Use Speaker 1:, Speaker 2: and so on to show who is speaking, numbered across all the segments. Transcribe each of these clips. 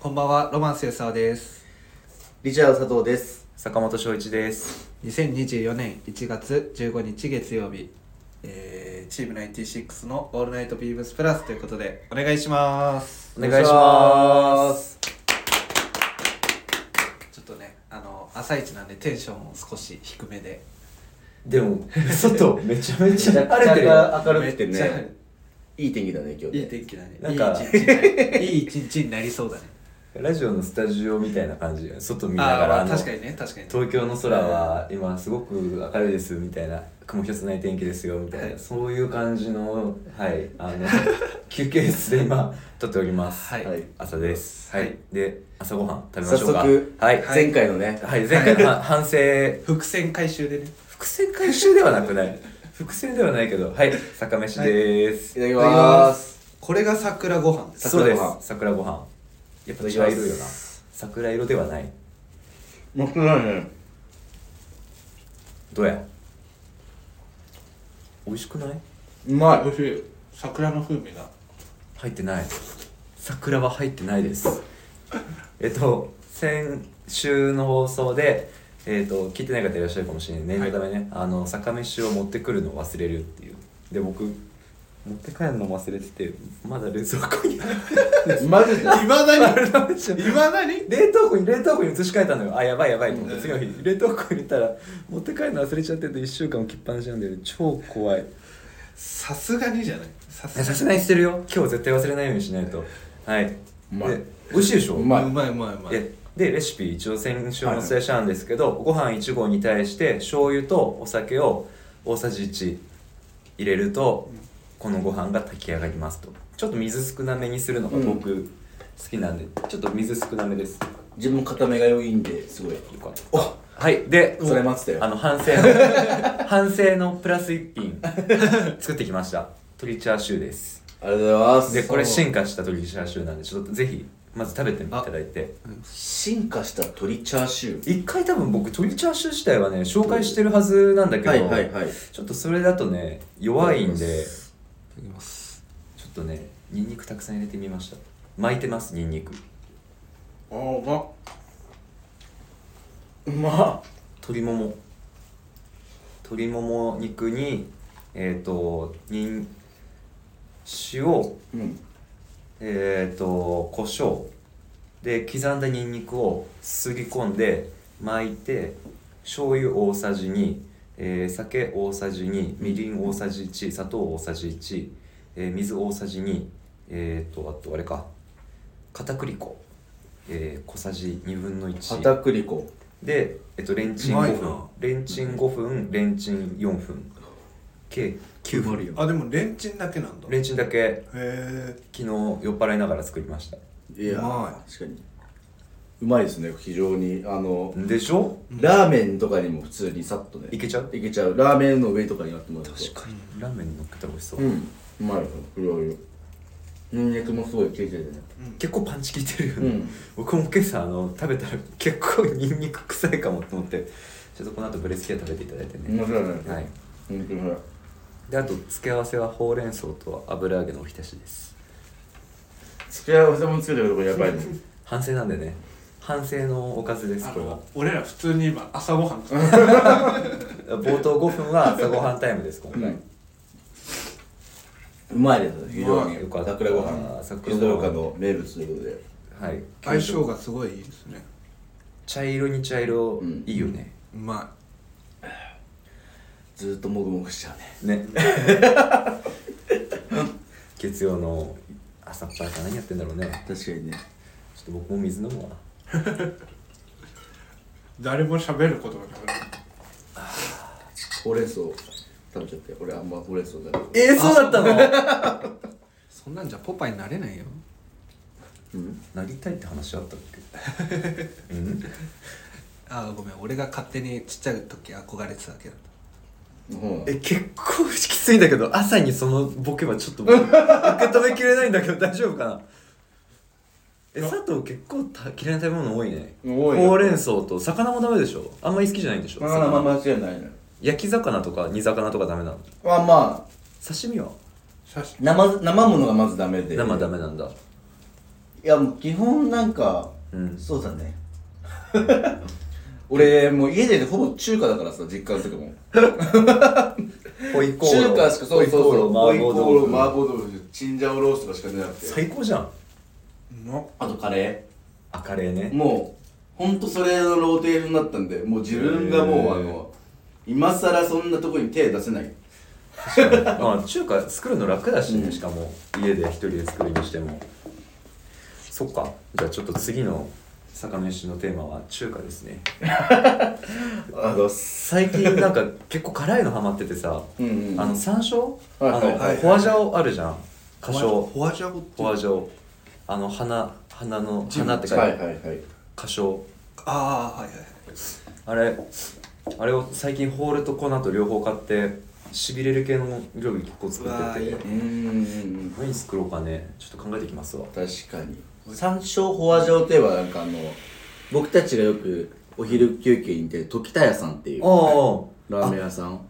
Speaker 1: こんばんは、ロマンス吉沢です。
Speaker 2: リチャード佐藤です。。
Speaker 3: 坂本翔一です
Speaker 1: 2024年1月15日月曜日、えー、チーム96のオールナイトビームスプラスということで、お願いします。
Speaker 3: お願いします
Speaker 1: ちょっとね、あの、朝一なんでテンションを少し低めで。
Speaker 3: でも 外めちゃめち
Speaker 2: め
Speaker 3: ゃ
Speaker 2: ちゃ
Speaker 3: 晴れてるよ
Speaker 2: 明るくて
Speaker 1: めっちゃ
Speaker 2: ね。いい天気だね、今日
Speaker 1: いい
Speaker 2: ね。
Speaker 1: 天気だね。
Speaker 3: なんか
Speaker 1: いい一日になりいい一日になりそうだね。
Speaker 3: ラジオのスタジオみたいな感じ外 見ながら
Speaker 1: あ
Speaker 3: あ
Speaker 1: あー、
Speaker 3: の
Speaker 1: 確かにね、確かに。
Speaker 3: 東京の空は今すごく明るいですみたいな雲一つない天気ですよみたいな、
Speaker 1: はい
Speaker 3: そういう感じのはいあの休憩室で今撮っております、
Speaker 1: はい
Speaker 2: はい
Speaker 3: 朝です
Speaker 1: は
Speaker 3: はいい、で朝ごはん食べま
Speaker 2: 早
Speaker 3: しょうか
Speaker 2: 速、
Speaker 3: はい、はい
Speaker 2: 前回のね、
Speaker 3: 前回のは反省
Speaker 1: 伏線回収でね。
Speaker 3: 伏線回収ではなくない伏線ではないけどはい酒飯でーす、
Speaker 2: いただきます。
Speaker 1: これが桜ご飯です。
Speaker 3: そうで
Speaker 2: 桜ご飯
Speaker 3: す桜ご飯やっぱ
Speaker 2: い
Speaker 3: 違
Speaker 2: ただきます
Speaker 3: う色よな桜色ではない
Speaker 2: もくないね。
Speaker 3: どうや美味しくないう
Speaker 2: ま
Speaker 1: 美味しい。桜の風味が。
Speaker 3: 入ってない桜は入ってない ですえっと先週の放送でえっと聞いてない方いらっしゃるかもしれない念のためね、あの酒飯を持ってくるのを忘れるっていうで僕持って帰るの忘れててまだ冷蔵庫に
Speaker 2: い。マジで
Speaker 1: いまだに、いまだに
Speaker 3: 冷凍庫に冷凍庫に移し替えたのよあやばいやばいと思って次の日冷凍庫に入れたら持って帰るの忘れちゃってて1週間置きっぱなしなんだよね超怖い
Speaker 1: さすがにじゃない。さす
Speaker 3: えさすがにしてるよ今日絶対忘れないようにしないとはいう
Speaker 2: まい
Speaker 3: で美味しいでしょ
Speaker 2: う
Speaker 1: う
Speaker 2: まい。
Speaker 1: まいうまいうまい。
Speaker 3: ででレシピ一応先週もお伝えしたんですけど、ご飯1合に対して醤油とお酒を大さじ1入れると、このご飯が炊き上がりますとちょっと水少なめにするのが
Speaker 2: うん
Speaker 3: 僕好きなんで、ちょっと水少なめです
Speaker 2: 自分も固めが良いんで、すごい。
Speaker 3: よかったはいで
Speaker 2: それ待ってた
Speaker 3: あ
Speaker 2: よ。
Speaker 3: の反省 の反省のプラス一品作ってきました鶏チャーシューです
Speaker 2: ありがとうございます。
Speaker 3: でこれ
Speaker 2: そう
Speaker 3: 進化した鶏チャーシューなんでちょっとぜひまず食べていただいて
Speaker 2: 進化した鶏チャーシュー。
Speaker 3: 一回多分僕鶏チャーシュー自体はね紹介してるはずなんだけど、
Speaker 2: はいはいはい。
Speaker 3: ちょっとそれだとね弱いん
Speaker 2: いただ
Speaker 3: で
Speaker 2: きま
Speaker 1: いただきます。
Speaker 3: ちょっとねニンニクたくさん入れてみました巻いてますニンニク
Speaker 1: ああ、うまっ。
Speaker 2: うまっ
Speaker 3: 鶏もも鶏もも肉にえっ、とにん塩
Speaker 2: うん。
Speaker 3: えー、と胡椒で刻んだニンニクをすり込んで巻いて醤油大さじ2、えー酒大さじ2みりん大さじ1砂糖大さじ1、えー水大さじ2えー、とあとあれか片栗粉、えー小さじ2分の
Speaker 2: 片
Speaker 3: 1
Speaker 2: 栗粉。
Speaker 3: で、えー、とレンチン
Speaker 1: うまい
Speaker 3: 5
Speaker 1: な
Speaker 3: 分レンチン5分レンチン4分計9
Speaker 2: うまいよ
Speaker 3: 分
Speaker 1: あでもレンチンだけなんだ
Speaker 3: レ
Speaker 1: へ
Speaker 3: ンチンだけ
Speaker 1: え
Speaker 3: 昨日酔っ払いながら作りました
Speaker 2: いや
Speaker 1: うま
Speaker 2: ー、確かに。うまいですね、非常に。あの、
Speaker 3: でしょ
Speaker 2: ラーメンとかにも普通にさっとね
Speaker 3: いけちゃう
Speaker 2: いけちゃうラーメンの上とかにやってもらうと
Speaker 3: 確かにラーメンに乗っけたら美味しそう、
Speaker 2: うんうまいよいろいろニンニクもすごい効いててね
Speaker 3: 結構パンチ効いてるよ
Speaker 2: う
Speaker 3: ね、
Speaker 2: ん
Speaker 3: 僕も今朝あの食べたら結構ニンニク臭いかもと思ってちょっとこの後ブレスケア食べていただいてね、
Speaker 2: 面白いね
Speaker 3: はい
Speaker 2: ニンニクも
Speaker 3: であと付け合わせはほうれん草と油揚げのおひたしです
Speaker 2: 付き合わせもつけてるとこやばいね
Speaker 3: 反省なんでね反省のおかずですこれは
Speaker 1: 俺ら普通に今朝ごはん食っ
Speaker 3: 冒頭5分は朝ごはんタイムです今
Speaker 2: う
Speaker 3: 回、
Speaker 2: んうまいです非常に
Speaker 3: うまいよかった
Speaker 2: 桜ご飯
Speaker 3: 桜ご飯
Speaker 2: 静岡の名物ということで
Speaker 3: はい
Speaker 1: た相性がすごいいいですね
Speaker 3: 茶色に茶色いいよね、
Speaker 1: うま
Speaker 2: ずーっともぐもぐしちゃうね
Speaker 3: ね月曜の朝っぱらから何やってんだろうね
Speaker 2: 確かにね
Speaker 3: ちょっと僕も水飲むわ
Speaker 1: い誰も喋ることがなくなる
Speaker 2: ほうれん草食べちゃって俺あんまほうれん草だ
Speaker 3: えー、そうだったの
Speaker 1: そんなんじゃポパイになれないよ
Speaker 2: うん
Speaker 3: なりたいって話あったっけうん
Speaker 1: あーごめん俺が勝手にちっちゃい時憧れてただけだっ
Speaker 2: うん
Speaker 3: え結構きついんだけど朝にそのボケはちょっと 僕受け止めきれないんだけど大丈夫かなえ佐藤結構た嫌いな食べ物多いね
Speaker 2: 多いよ
Speaker 3: ほうれん草と魚もダメでしょあんまり好きじゃないんでしょ
Speaker 2: まあまあ間違いないね
Speaker 3: 焼き魚とか煮魚とかダメなの
Speaker 2: まあまあ
Speaker 3: 刺身は
Speaker 1: た
Speaker 2: 生生ものがまずダメで
Speaker 3: 生ダメなんだ
Speaker 4: いやもう基本なんか、
Speaker 3: うん
Speaker 4: そうだね
Speaker 2: 俺もう家でほぼ中華だからさ実家の時も
Speaker 3: ホイコーロ
Speaker 2: 中華しかそうそうそう
Speaker 3: ホイ
Speaker 2: ホイ
Speaker 3: コー
Speaker 2: コーロ
Speaker 3: ロ
Speaker 2: ー
Speaker 3: 麻
Speaker 2: 麻
Speaker 3: 婆豆
Speaker 2: 婆
Speaker 3: 腐
Speaker 2: 豆腐チンジャオロースとかしか出なくて
Speaker 3: 最高じゃん
Speaker 1: うまっ
Speaker 2: あとカレ
Speaker 3: あカレー
Speaker 2: ー
Speaker 3: ね
Speaker 2: もうほんとそれのローテーションだったんでもう自分がもうあ
Speaker 3: へ
Speaker 2: の今更そんなとこに手出せない
Speaker 3: まあ中華作るの楽だしね、
Speaker 2: うん
Speaker 3: しかも家で一人で作るにしてもそっかじゃあちょっと次の坂飯のテーマは中華ですねあの最近なんか結構辛いのハマっててさ、
Speaker 2: うんうん
Speaker 3: あの山椒、
Speaker 2: はいはい
Speaker 3: あの、
Speaker 1: はい
Speaker 3: ホワジャオあるじゃん花椒
Speaker 1: フォアジャボって
Speaker 3: ホワジャオあの花花の
Speaker 1: ジム
Speaker 3: 花って書いて
Speaker 2: は
Speaker 3: あ
Speaker 2: い
Speaker 3: る
Speaker 2: はいはい
Speaker 3: 花椒
Speaker 1: ああはいはいはい
Speaker 3: あれあれを最近ホールと粉と両方買ってしびれる系の料理結構作
Speaker 1: うわ
Speaker 3: っ
Speaker 1: ーいい
Speaker 3: て
Speaker 1: ね
Speaker 2: う
Speaker 3: て
Speaker 2: ーん
Speaker 3: 何作ろうかねちょっと考えていきますわ
Speaker 2: 確かに
Speaker 4: 山椒ホアジャオといえばなんかあの僕たちがよくお昼休憩に行って時田屋さんっていう
Speaker 3: あ
Speaker 4: ラーメン屋さん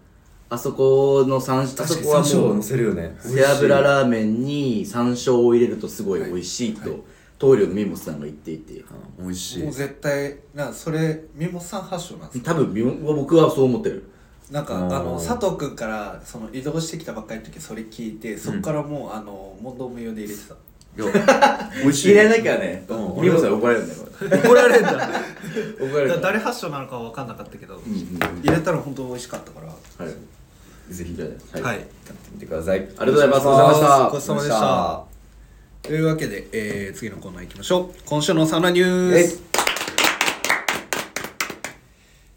Speaker 4: あそこの山椒あそこは
Speaker 3: 山椒を
Speaker 4: も
Speaker 3: 乗
Speaker 4: う
Speaker 3: せるよね
Speaker 4: 背脂
Speaker 3: あ
Speaker 4: ラーメンに山椒を入れるとすごい美味しいと、棟梁のミモスさんが言っていて
Speaker 3: 美味しい
Speaker 1: もう絶対なんかそれミモさん発祥なんですか
Speaker 4: 多分ミモ僕はそう思ってる
Speaker 1: なんか
Speaker 3: あー
Speaker 1: あの佐藤君からその移動してきたばっかりの時それ聞いてそっからもう、あの問答無用で入れてた
Speaker 3: いや美味しい
Speaker 4: 入れなきゃね
Speaker 3: うん
Speaker 4: ミモスさん怒られるんだよ
Speaker 3: 怒られんだ
Speaker 4: 怒られ る
Speaker 1: だ
Speaker 4: んだ
Speaker 1: 誰発祥なのかは分かんなかったけど、
Speaker 4: うんうん
Speaker 1: 入れたら本当美味しかったからは
Speaker 4: はい
Speaker 3: ぜひ
Speaker 4: じゃあはい
Speaker 1: い、
Speaker 3: 見てくださいあり
Speaker 4: がとうございます
Speaker 1: ごちそうさまでしたというわけで、えー次のコーナー行きましょう今週のサナニュース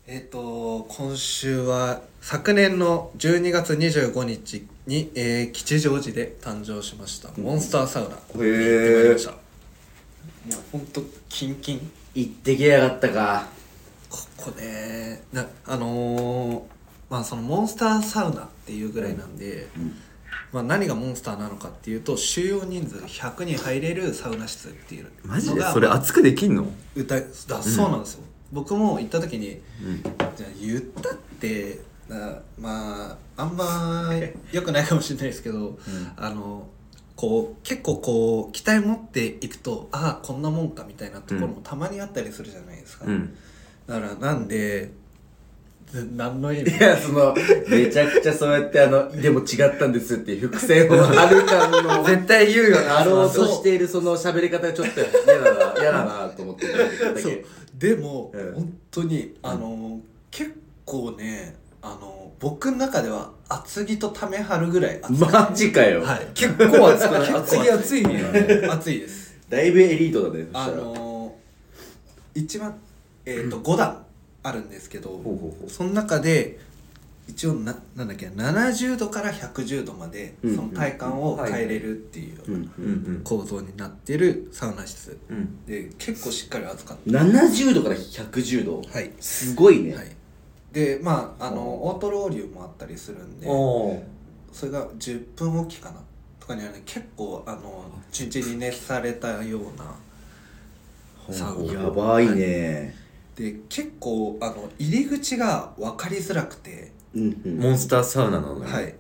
Speaker 1: えっ、と今週は昨年の12月25日に、えー吉祥寺で誕生しましたモンスターサウナ
Speaker 3: へ
Speaker 1: 行ってまいり
Speaker 3: え
Speaker 1: ましたもうほんとキンキン
Speaker 4: 行ってきやがったか
Speaker 1: ここねなあのーまあそのモンスターサウナっていうぐらいなんで、まあ、何がモンスターなのかっていうと収容人数100人入れるサウナ室っていう
Speaker 3: マジで
Speaker 1: のが
Speaker 3: それ熱くできんの
Speaker 1: 歌だそうなんですよ、僕も行った時に、じゃあ言ったってなまああんま良くないかもしれないですけど、あのこう結構こう期待持っていくとああこんなもんかみたいなところもたまにあったりするじゃないですか、
Speaker 3: うん
Speaker 1: だからなんでず何の意
Speaker 4: い
Speaker 1: 味
Speaker 4: や、その、めちゃくちゃそうやって、あの、でも違ったんですっていう伏線をある感 の、
Speaker 3: 絶対言うよな
Speaker 4: あろうとしているその喋り方がちょっと嫌だな、嫌だなと思ってただけ
Speaker 1: そうでも、
Speaker 4: うん
Speaker 1: 本当にあの、結構ねあの僕の中では厚着とためはるぐらい厚着
Speaker 4: マジかよ。
Speaker 1: はい
Speaker 3: 結構熱くない
Speaker 1: 結構熱い
Speaker 3: 次熱いね
Speaker 1: 暑いです。
Speaker 4: だいぶエリートだね、そ
Speaker 1: あ
Speaker 4: したら。
Speaker 1: のー、一番えっ、と5段あるんですけど、
Speaker 3: ほうほうほう
Speaker 1: その中で一応ななんだっけ70度から110度までそ
Speaker 4: うん
Speaker 1: の体感を変えれるっていうよう
Speaker 4: う
Speaker 1: なん
Speaker 3: うんうん
Speaker 1: 構造になってるサウナ室
Speaker 3: うん
Speaker 1: で結構しっかり暑かっ
Speaker 4: 70度から110度。
Speaker 1: た。はい。
Speaker 4: すごいね。
Speaker 1: はい。でまああのオートロウリュもあったりするんで、
Speaker 3: おー
Speaker 1: それが10分おきかなとかにはね結構あの順々に熱されたようなサウナ。
Speaker 4: やばいね。
Speaker 1: で結構あの入り口が分かりづらくて、
Speaker 4: うんうん。
Speaker 3: モンスターサウナなのね
Speaker 1: はい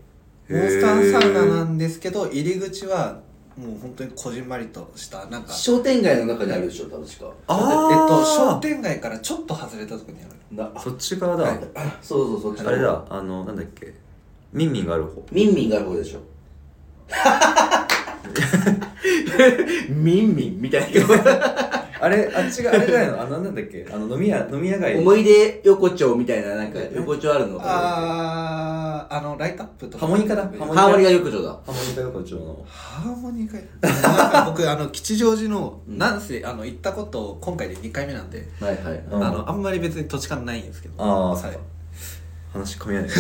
Speaker 1: モンスターサウナなんですけど入り口はもう本当にこじんまりとしたなんか
Speaker 4: 商店街の中にあるでしょ、確か。
Speaker 1: えっと
Speaker 3: あ
Speaker 1: 商
Speaker 3: ー
Speaker 1: 店街からちょっと外れたところにある
Speaker 4: な、
Speaker 3: そっち側だ、
Speaker 1: はい
Speaker 4: あそうそう、そっちの
Speaker 3: あれ。だあのなんだっけミンミンがある方
Speaker 4: ミンミンがある方でしょ。ミンミンみたいな。
Speaker 3: あれあっちがあれじゃないのあのなんだっけあの飲み屋飲み屋街
Speaker 4: 思い出横丁みたいな、なんか横丁あるのか
Speaker 1: あーあのライトアップとか
Speaker 3: ハモニカだ
Speaker 4: な。ハーモニカ横丁だ。
Speaker 3: ハモニカ横丁の
Speaker 1: ハーモニカなんか 僕あの吉祥寺の
Speaker 4: うん
Speaker 1: なんせあの行ったこと今回で2回目なんで、
Speaker 4: はいはい。
Speaker 3: うん
Speaker 1: あのあんまり別に土地勘ないんですけど
Speaker 3: ああ
Speaker 1: は
Speaker 3: そっ
Speaker 1: い
Speaker 3: か、話噛み合わな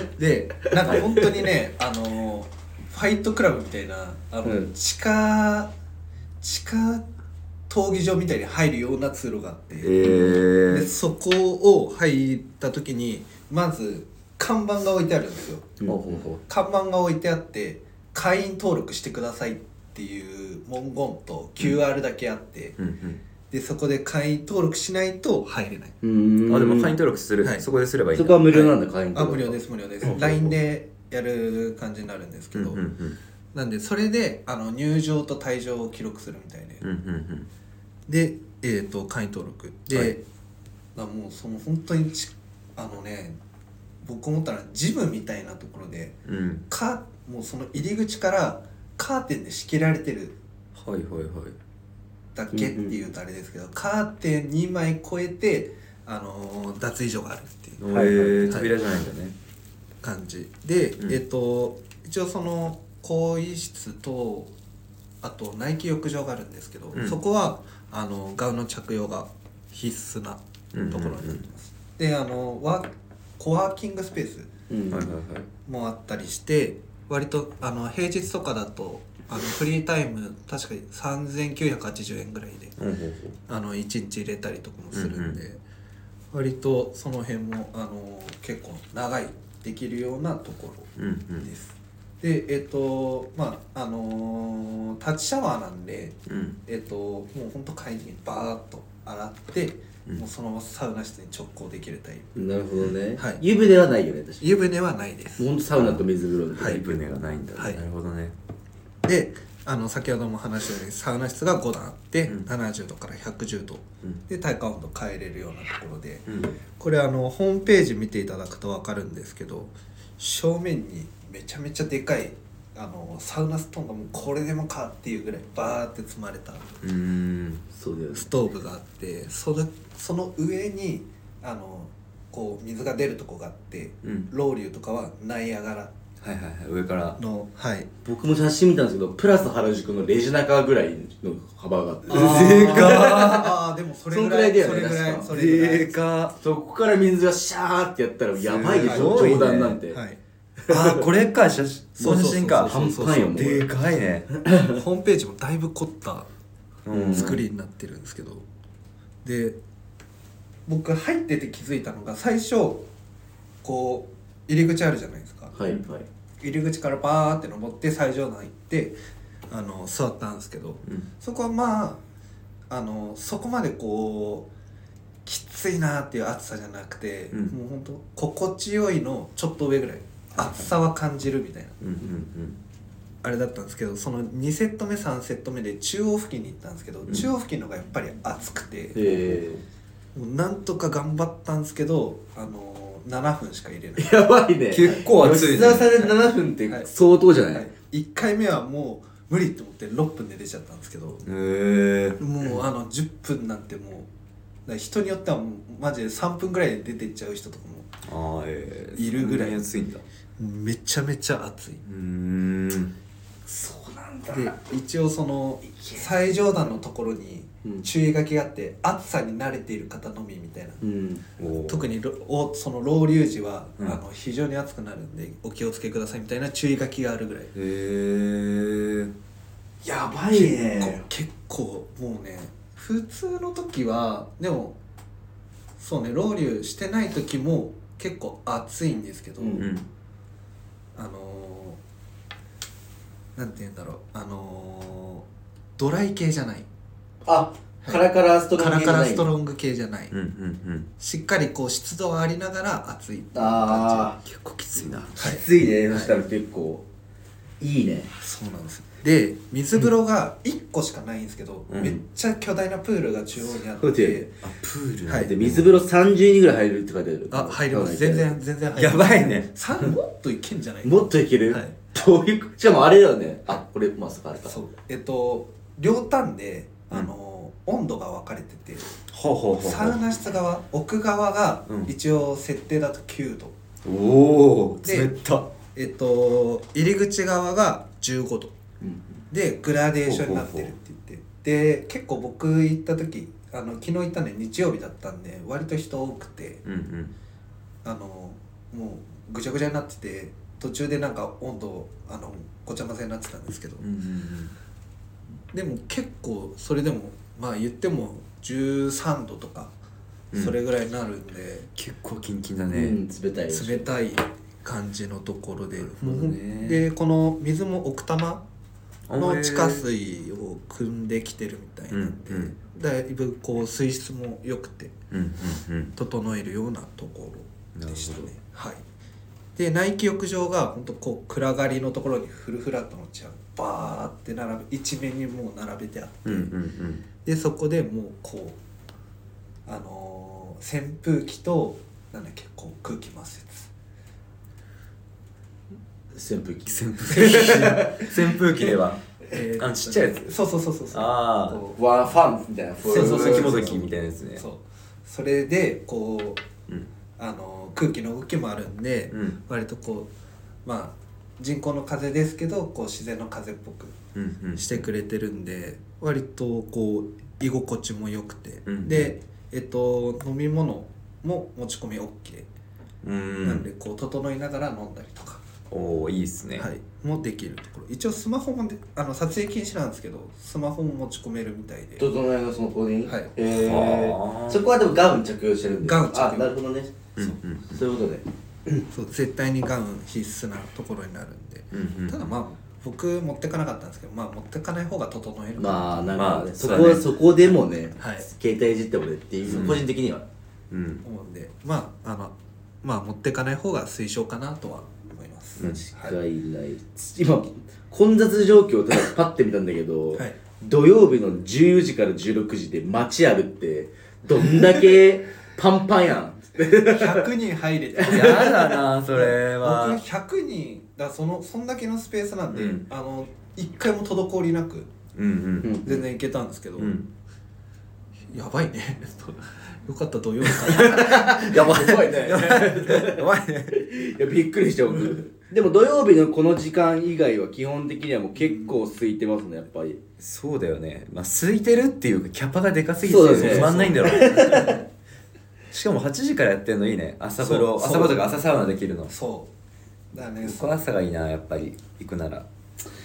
Speaker 3: い
Speaker 1: でなんか本当にねあのファイトクラブみたいなあの、
Speaker 4: うん
Speaker 1: 地下地下闘技場みたいに入るような通路があって、
Speaker 3: え
Speaker 1: で
Speaker 3: ー
Speaker 1: そこを入った時にまず看板が置いてあるんですよ
Speaker 4: うん
Speaker 3: ほうほうほ
Speaker 1: 看板が置いてあって会員登録してくださいっていう文言と QR だけあって、
Speaker 3: ううん
Speaker 1: でそこで会員登録しないと入れない
Speaker 3: うんあでも会員登録する、
Speaker 1: はい
Speaker 3: そこですればいいん
Speaker 4: そ
Speaker 3: だ
Speaker 4: こは無料なんだ、会員。
Speaker 1: あ無料ですす無料です LINE でやる感じになるんですけ
Speaker 3: うん
Speaker 1: ど、
Speaker 3: うんうん
Speaker 1: なんでそれであの入場と退場を記録するみたいで、
Speaker 3: うんうん
Speaker 1: で、えー、と会員登録で、
Speaker 3: はい
Speaker 1: だからもうその本当にちあのね僕思ったらジムみたいなところで
Speaker 3: うんうん
Speaker 1: かもうその入り口からカーテンで仕切られてる
Speaker 3: はいはいはい
Speaker 1: だけっていうとあれですけど、カーテン2枚超えて、あのー脱衣所があるっていう
Speaker 3: えー
Speaker 1: はい
Speaker 3: 扉じゃないんだね
Speaker 1: 感じで、
Speaker 3: うん
Speaker 1: えっ、と一応その更衣室とあと内気浴場があるんですけど、
Speaker 3: うん
Speaker 1: そこはあのガウンの着用が必須なところになってます、であのワーコワーキングスペース
Speaker 4: うん
Speaker 3: はいはいはい
Speaker 1: もあったりして割とあの平日とかだとあのフリータイム確かに3980円ぐらいで
Speaker 3: ほうほうほう
Speaker 1: あの1日入れたりとかもするんで、
Speaker 3: う
Speaker 1: 割とその辺もあの結構長いできるようなとこ
Speaker 3: うんう
Speaker 1: ろ
Speaker 3: ん
Speaker 1: です。でえっ、とまああのー立ちシャワーなんで、
Speaker 3: うん
Speaker 1: えっともうほんと帰りにバーッと洗って、
Speaker 3: うん
Speaker 1: もうそのままサウナ室に直行できるタイプ
Speaker 4: なるほどね
Speaker 1: はい
Speaker 4: 湯船はないよね確かに
Speaker 1: 湯船はないです。
Speaker 4: ほんとサウナと水風呂みた
Speaker 1: はい
Speaker 3: 湯船がないんだ
Speaker 1: はい
Speaker 3: なるほどね
Speaker 1: であの先ほども話したようにサウナ室が5段あって、
Speaker 3: うん
Speaker 1: 70度から110度
Speaker 3: うん
Speaker 1: で体感温度変えれるようなところで
Speaker 3: うん
Speaker 1: これあのホームページ見ていただくと分かるんですけど正面にめちゃめちゃでかいあのサウナストーンがもうこれでもかっていうぐらいバーって積まれた
Speaker 3: うーん
Speaker 4: そうだよね
Speaker 1: ストーブがあってそのその上にあのこう水が出るとこがあって
Speaker 3: うん
Speaker 1: ロウリュとかはナイアガラ
Speaker 3: はいはいはい上から
Speaker 1: のはい
Speaker 4: 僕も写真見たんですけどプラス原宿のレジ中ぐらいの幅があって
Speaker 3: で
Speaker 1: あ
Speaker 3: か
Speaker 1: ーでもそれぐ
Speaker 4: そ
Speaker 1: ら
Speaker 4: ん
Speaker 1: い
Speaker 4: くらいだよ
Speaker 1: そ
Speaker 4: ね
Speaker 1: れぐら
Speaker 4: 確
Speaker 1: い
Speaker 4: か
Speaker 1: それぐらい
Speaker 3: でか
Speaker 4: そこから水がシャーってやったらやばいでし
Speaker 1: す
Speaker 4: ょ
Speaker 3: ごいね
Speaker 4: 冗談なんて
Speaker 1: はい、
Speaker 3: あーこれか写真この写真か
Speaker 4: 半端よもう
Speaker 3: でかいね
Speaker 1: ホームページもだいぶ凝った
Speaker 3: うん
Speaker 1: 作りになってるんですけど、で僕入ってて気づいたのが最初こう入り口あるじゃないですか
Speaker 4: はいはい
Speaker 1: 入り口からバーって登って最上段行ってあの座ったんですけど
Speaker 3: うん
Speaker 1: そこはまああのそこまでこうきついなっていう暑さじゃなくて、
Speaker 3: うん
Speaker 1: もうほんと心地よいのちょっと上ぐらい暑さは感じるみたいな
Speaker 3: うんうん
Speaker 1: あれだったんですけどその2セット目3セット目で中央付近に行ったんですけど、
Speaker 3: ん
Speaker 1: 中央付近のがやっぱり暑くて、
Speaker 4: え
Speaker 1: もうなんとか頑張ったんですけど、あのー、7分しか入れない
Speaker 4: ー、 やばいね
Speaker 3: 結構熱いね
Speaker 4: 吉沢さんで7分って
Speaker 1: はい
Speaker 4: 相当じゃない、
Speaker 1: 1回目はもう無理と思って6分で出ちゃったんですけど
Speaker 3: うんへえ
Speaker 1: もうあの10分なんてもうだから人によってはもうマジで3分ぐらいで出てっちゃう人とかも
Speaker 3: ああええ
Speaker 1: いるぐらい
Speaker 3: 熱いんだ
Speaker 1: めちゃめちゃ暑いう
Speaker 3: ーん
Speaker 4: そうなん
Speaker 1: で一応その最上段のところに
Speaker 4: うん
Speaker 1: 注意書きがあって暑さに慣れている方のみみたいな
Speaker 4: うん
Speaker 3: おー
Speaker 1: 特にろおその老流時は、
Speaker 3: うん
Speaker 1: あの非常に暑くなるんでお気をつけくださいみたいな注意書きがあるぐらい
Speaker 3: へえ
Speaker 4: やばいね
Speaker 1: 結構結構もうね普通の時はでもそうね老流してない時も結構暑いんですけど、
Speaker 4: うん
Speaker 3: うん
Speaker 1: あのー、なんて言うんだろうあのー、ドライ系じゃない
Speaker 4: あカラカラストロ
Speaker 1: カ
Speaker 4: ン
Speaker 1: ラ
Speaker 4: グ
Speaker 1: カラスト
Speaker 4: ン
Speaker 1: ロング系じゃない、
Speaker 3: うんうん
Speaker 1: しっかりこう湿度はありながら暑いっていう
Speaker 4: あ
Speaker 1: 感
Speaker 4: あ
Speaker 1: じ結構きついな、はい、
Speaker 4: きついね、そしたら結構いいね
Speaker 1: そうなんですよで水風呂が1個しかないんですけど、
Speaker 3: うん
Speaker 1: めっちゃ巨大なプールが中央にあっ
Speaker 4: そうだ
Speaker 1: て
Speaker 4: よ、
Speaker 3: あプール
Speaker 1: はい
Speaker 4: で水風呂30人ぐらい入るって書いてある
Speaker 1: あ入ります全然全然入り
Speaker 3: や
Speaker 1: ます
Speaker 3: ばいね
Speaker 1: さもっといけんじゃない
Speaker 4: もっといける、
Speaker 1: はい
Speaker 4: どういう しかもあれだよねあこれまさかあれか
Speaker 1: そうえっと両端であの、温度が分かれてて
Speaker 3: ほうほうほう
Speaker 1: サウナ室側奥側が
Speaker 3: うん
Speaker 1: 一応設定だと9度、
Speaker 3: おお
Speaker 1: で
Speaker 3: 冷た
Speaker 1: えっと入り口側が15度
Speaker 4: うん
Speaker 1: でグラデーションになってるって言ってで結構僕行った時あの昨日行ったんで日曜日だったんで割と人多くて
Speaker 3: うんうん
Speaker 1: あのもうぐちゃぐちゃになってて途中でなんか温度あのごちゃ混ぜになってたんですけど、
Speaker 3: うんうん
Speaker 1: でも結構それでもまあ言っても13度とか
Speaker 3: うん
Speaker 1: それぐらいになるんで、
Speaker 3: 結構キンキンだ
Speaker 4: う
Speaker 3: ね
Speaker 4: ん、冷たいよ
Speaker 1: 冷たい感じのところで、
Speaker 3: ほどね
Speaker 1: でこの水も奥多摩の地下
Speaker 3: へ
Speaker 1: 水を汲んできてるみたいなんで、
Speaker 3: うんうん
Speaker 1: だいぶこう水質も良くて
Speaker 3: えうんうんうん
Speaker 1: 整えるようなところでした
Speaker 3: な
Speaker 1: ね
Speaker 3: る
Speaker 1: はいで内気浴場が本当こう暗がりのところにフルフラットの茶をバーって並べ一面にもう並べてあって、
Speaker 3: うんうん
Speaker 1: でそこでもうこうあのー扇風機となんだっけこう空気回すやつ
Speaker 4: 扇風機
Speaker 3: 扇風機扇風機では
Speaker 1: え
Speaker 3: あのちっちゃいやつ
Speaker 1: そうそうそうそうそう
Speaker 3: あー
Speaker 1: こう
Speaker 2: わーファンみたいな
Speaker 1: そう
Speaker 3: そうそうそう
Speaker 1: そう
Speaker 3: 肝時みたいなやつね
Speaker 1: そうそれでこう、
Speaker 3: うん
Speaker 1: あの空気の動きもあるんで、
Speaker 3: うん
Speaker 1: 割とこうまあ人工の風ですけどこう自然の風っぽく
Speaker 3: うんうん
Speaker 1: してくれてるんで割とこう居心地も良くて、
Speaker 3: うん
Speaker 1: で、えっと、飲み物も持ち込み OK、
Speaker 3: うー
Speaker 1: なんで
Speaker 3: ん
Speaker 1: こう整いながら飲んだりとか、
Speaker 3: おおいいっすね
Speaker 1: はい、もできるところ一応スマホもであの撮影禁止なんですけどスマホも持ち込めるみたいで
Speaker 4: 整えのその子に
Speaker 1: はい
Speaker 4: え
Speaker 3: あー
Speaker 4: ー、そこはでもガウン着用してるんで
Speaker 1: ガウン着用
Speaker 4: あなるほどね
Speaker 3: うんうん
Speaker 4: そういうことで
Speaker 1: そう絶対にガウン必須なところになるんで。
Speaker 3: うんうん
Speaker 1: ただまあ僕持ってかなかったんですけどまあ持ってかない方が整える
Speaker 4: まあなるほど
Speaker 3: ま
Speaker 4: ね、
Speaker 3: あ
Speaker 4: そ
Speaker 3: そう
Speaker 4: こ
Speaker 3: だね
Speaker 4: そこでもね、
Speaker 1: はい
Speaker 4: 携帯いじってもねっていう、
Speaker 3: うん
Speaker 4: 個人的には
Speaker 3: うん
Speaker 1: 思うんでまああのまあ持ってかない方が推奨かなとは思います、
Speaker 3: うん
Speaker 1: はい
Speaker 4: 外来今混雑状況をただパッて見たんだけど、
Speaker 1: はい
Speaker 4: 土曜日の14時から16時で街歩ってどんだ けパンパンやん
Speaker 1: 100人入れて
Speaker 3: やだなそれ
Speaker 1: 僕
Speaker 3: は
Speaker 1: 100人だそのそんだけのスペースなんで、
Speaker 3: うん
Speaker 1: あの一回も滞りなく
Speaker 3: うん
Speaker 1: 全然行けたんですけど、
Speaker 3: うんうん
Speaker 1: やばい ねよかった土曜日かな
Speaker 4: やばいね
Speaker 3: やばいね
Speaker 4: いやびっくりして僕でも土曜日のこの時間以外は基本的にはもう結構空いてますねやっぱり
Speaker 3: そうだよねまあ空いてるっていうかキャパがでかすぎ
Speaker 4: そうだ
Speaker 3: て
Speaker 4: ね
Speaker 3: つまんないんだろうしかも8時からやってんのいいね朝風呂
Speaker 1: そう
Speaker 3: 朝風呂とか朝サウナできるの
Speaker 1: そうだからね
Speaker 3: この朝がいいなやっぱり行くなら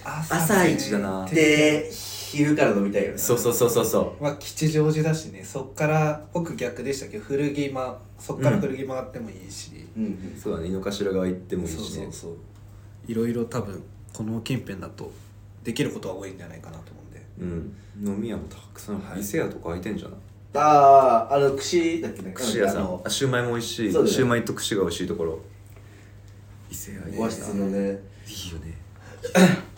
Speaker 1: 朝
Speaker 4: 朝
Speaker 3: 一だな
Speaker 4: で昼から飲みたいよね
Speaker 3: そうそうそうそうそ
Speaker 1: まあ、吉祥寺だしねそっから僕逆でしたけど古着まそっから古着回ってもいいし、
Speaker 4: うんうん
Speaker 3: うそうだね井の頭側行ってもいい
Speaker 1: そう
Speaker 3: し
Speaker 1: そ
Speaker 3: ね
Speaker 1: うそういろいろ多分この近辺だとできることは多いんじゃないかなと思うんで
Speaker 3: うん飲み屋もたくさん
Speaker 1: はい
Speaker 3: 伊勢屋とか開いてんじゃない
Speaker 4: あああの串だっけね
Speaker 3: 串屋さ
Speaker 4: あ
Speaker 3: ん
Speaker 4: の
Speaker 3: あシューマイも美味しいシ
Speaker 4: そうだよね
Speaker 3: ューマイと串が美味しいところ伊勢屋いい
Speaker 4: 和室の
Speaker 3: い
Speaker 4: ね
Speaker 3: いよね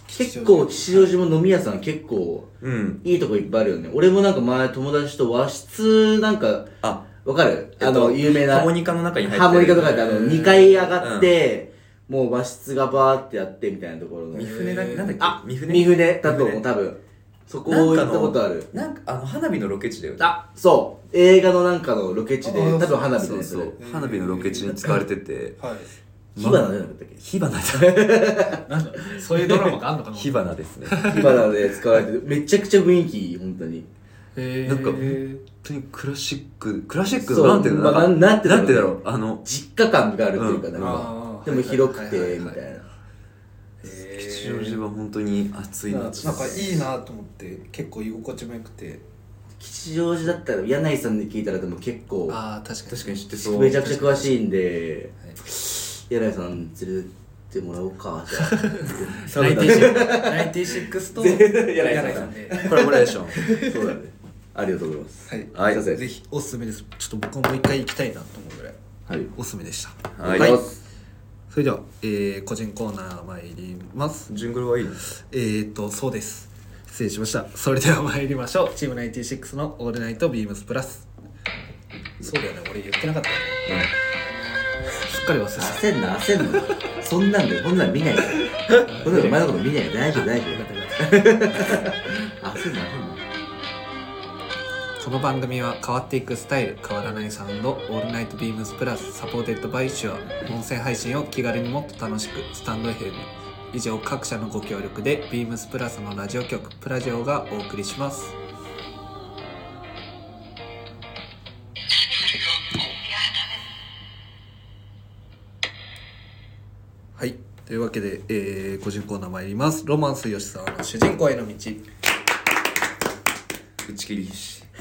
Speaker 4: 結構吉祥寺も飲み屋さん結構
Speaker 3: うん
Speaker 4: いいとこいっぱいあるよね俺もなんか前友達と和室なんか
Speaker 3: あ
Speaker 4: わかる、
Speaker 3: えっ
Speaker 4: あ
Speaker 3: と
Speaker 4: の有名な
Speaker 3: ハーモニカの中に入ってる
Speaker 4: ハーモニカとかってあの
Speaker 1: うん
Speaker 4: 2階上がって、もう和室がバーってやってみたいなところの
Speaker 3: 三船だ
Speaker 1: へー
Speaker 3: なんだっけ
Speaker 4: あ
Speaker 3: 三船
Speaker 4: 三船だと
Speaker 3: 三
Speaker 4: 思う多分そこ行ったことある
Speaker 3: なんかあの花火のロケ地だよね
Speaker 4: あそう映画のなんかのロケ地で
Speaker 1: あー
Speaker 4: 多分花火
Speaker 3: そう
Speaker 4: のや
Speaker 3: そ
Speaker 4: つで
Speaker 3: う花火のロケ地に使われてて
Speaker 1: はい
Speaker 4: 火花じゃなかったっけ
Speaker 3: 火花 だ
Speaker 1: なんだそういうドラマがあんのかな
Speaker 3: 火花ですね
Speaker 4: 火花で使われてるめちゃくちゃ雰囲気いい本当に
Speaker 1: へー
Speaker 3: なんか本当にクラシッククラシック
Speaker 4: そう
Speaker 3: なんていうの
Speaker 4: まあ
Speaker 3: んか
Speaker 4: ななんていうの
Speaker 3: なんていうだろうあの
Speaker 4: 実家感があるっていうか
Speaker 3: うん
Speaker 4: なんか
Speaker 1: あー
Speaker 4: でも広く
Speaker 1: はいはい
Speaker 4: て
Speaker 1: はい
Speaker 4: み
Speaker 1: は
Speaker 4: た
Speaker 1: い
Speaker 4: いな
Speaker 1: へー
Speaker 3: 吉祥寺は本当に暑い
Speaker 1: なな
Speaker 3: なん
Speaker 1: かいいなと思って結構居心地も良くて
Speaker 4: 吉祥寺だったら柳井さんで聞いたらでも結構
Speaker 1: ああ確かに
Speaker 3: 確かに知ってそう
Speaker 4: めちゃくちゃ詳しいんで
Speaker 1: はい
Speaker 4: 柳井さん連れてもらおう かじゃあ
Speaker 3: 多分だ
Speaker 1: 96と
Speaker 4: 柳井
Speaker 1: 柳井
Speaker 4: さ
Speaker 1: さ
Speaker 4: ん
Speaker 1: んで
Speaker 3: コラボレーション
Speaker 4: そうだねありがとうございます
Speaker 1: はい、
Speaker 3: はい
Speaker 4: すいませ
Speaker 1: ぜ
Speaker 4: ん
Speaker 1: ひおすすめですちょっと僕ももう一回行きたいなと思うぐらい
Speaker 4: はい
Speaker 1: おすすめでした
Speaker 3: はい
Speaker 4: ありがとうございます
Speaker 1: それでは、えー個人コーナー参ります
Speaker 3: ジングルはいいの
Speaker 1: えー、とそうです失礼しましたそれでは参りましょうチーム96の「オールナイトビームスプラス」そうだよね俺言ってなかったよねすっかり忘れてた
Speaker 4: 焦んな焦んなそんなんでこんなん見 ないからこんなのお前のこと見ないから大丈夫大丈
Speaker 1: よかったよかっ
Speaker 4: 夫焦んな焦んな
Speaker 1: たこの番組は変わっていくスタイル変わらないサウンド「オールナイトビームスプラス」サポーテッドバイシュア音声配信を気軽にもっと楽しくスタンド FM 以上各社のご協力でビームスプラスのラジオ局プラジオがお送りしますはい。というわけで、えー、個人コーナー参ります。ロマンス吉沢の主人公への道。
Speaker 3: 打ち切りし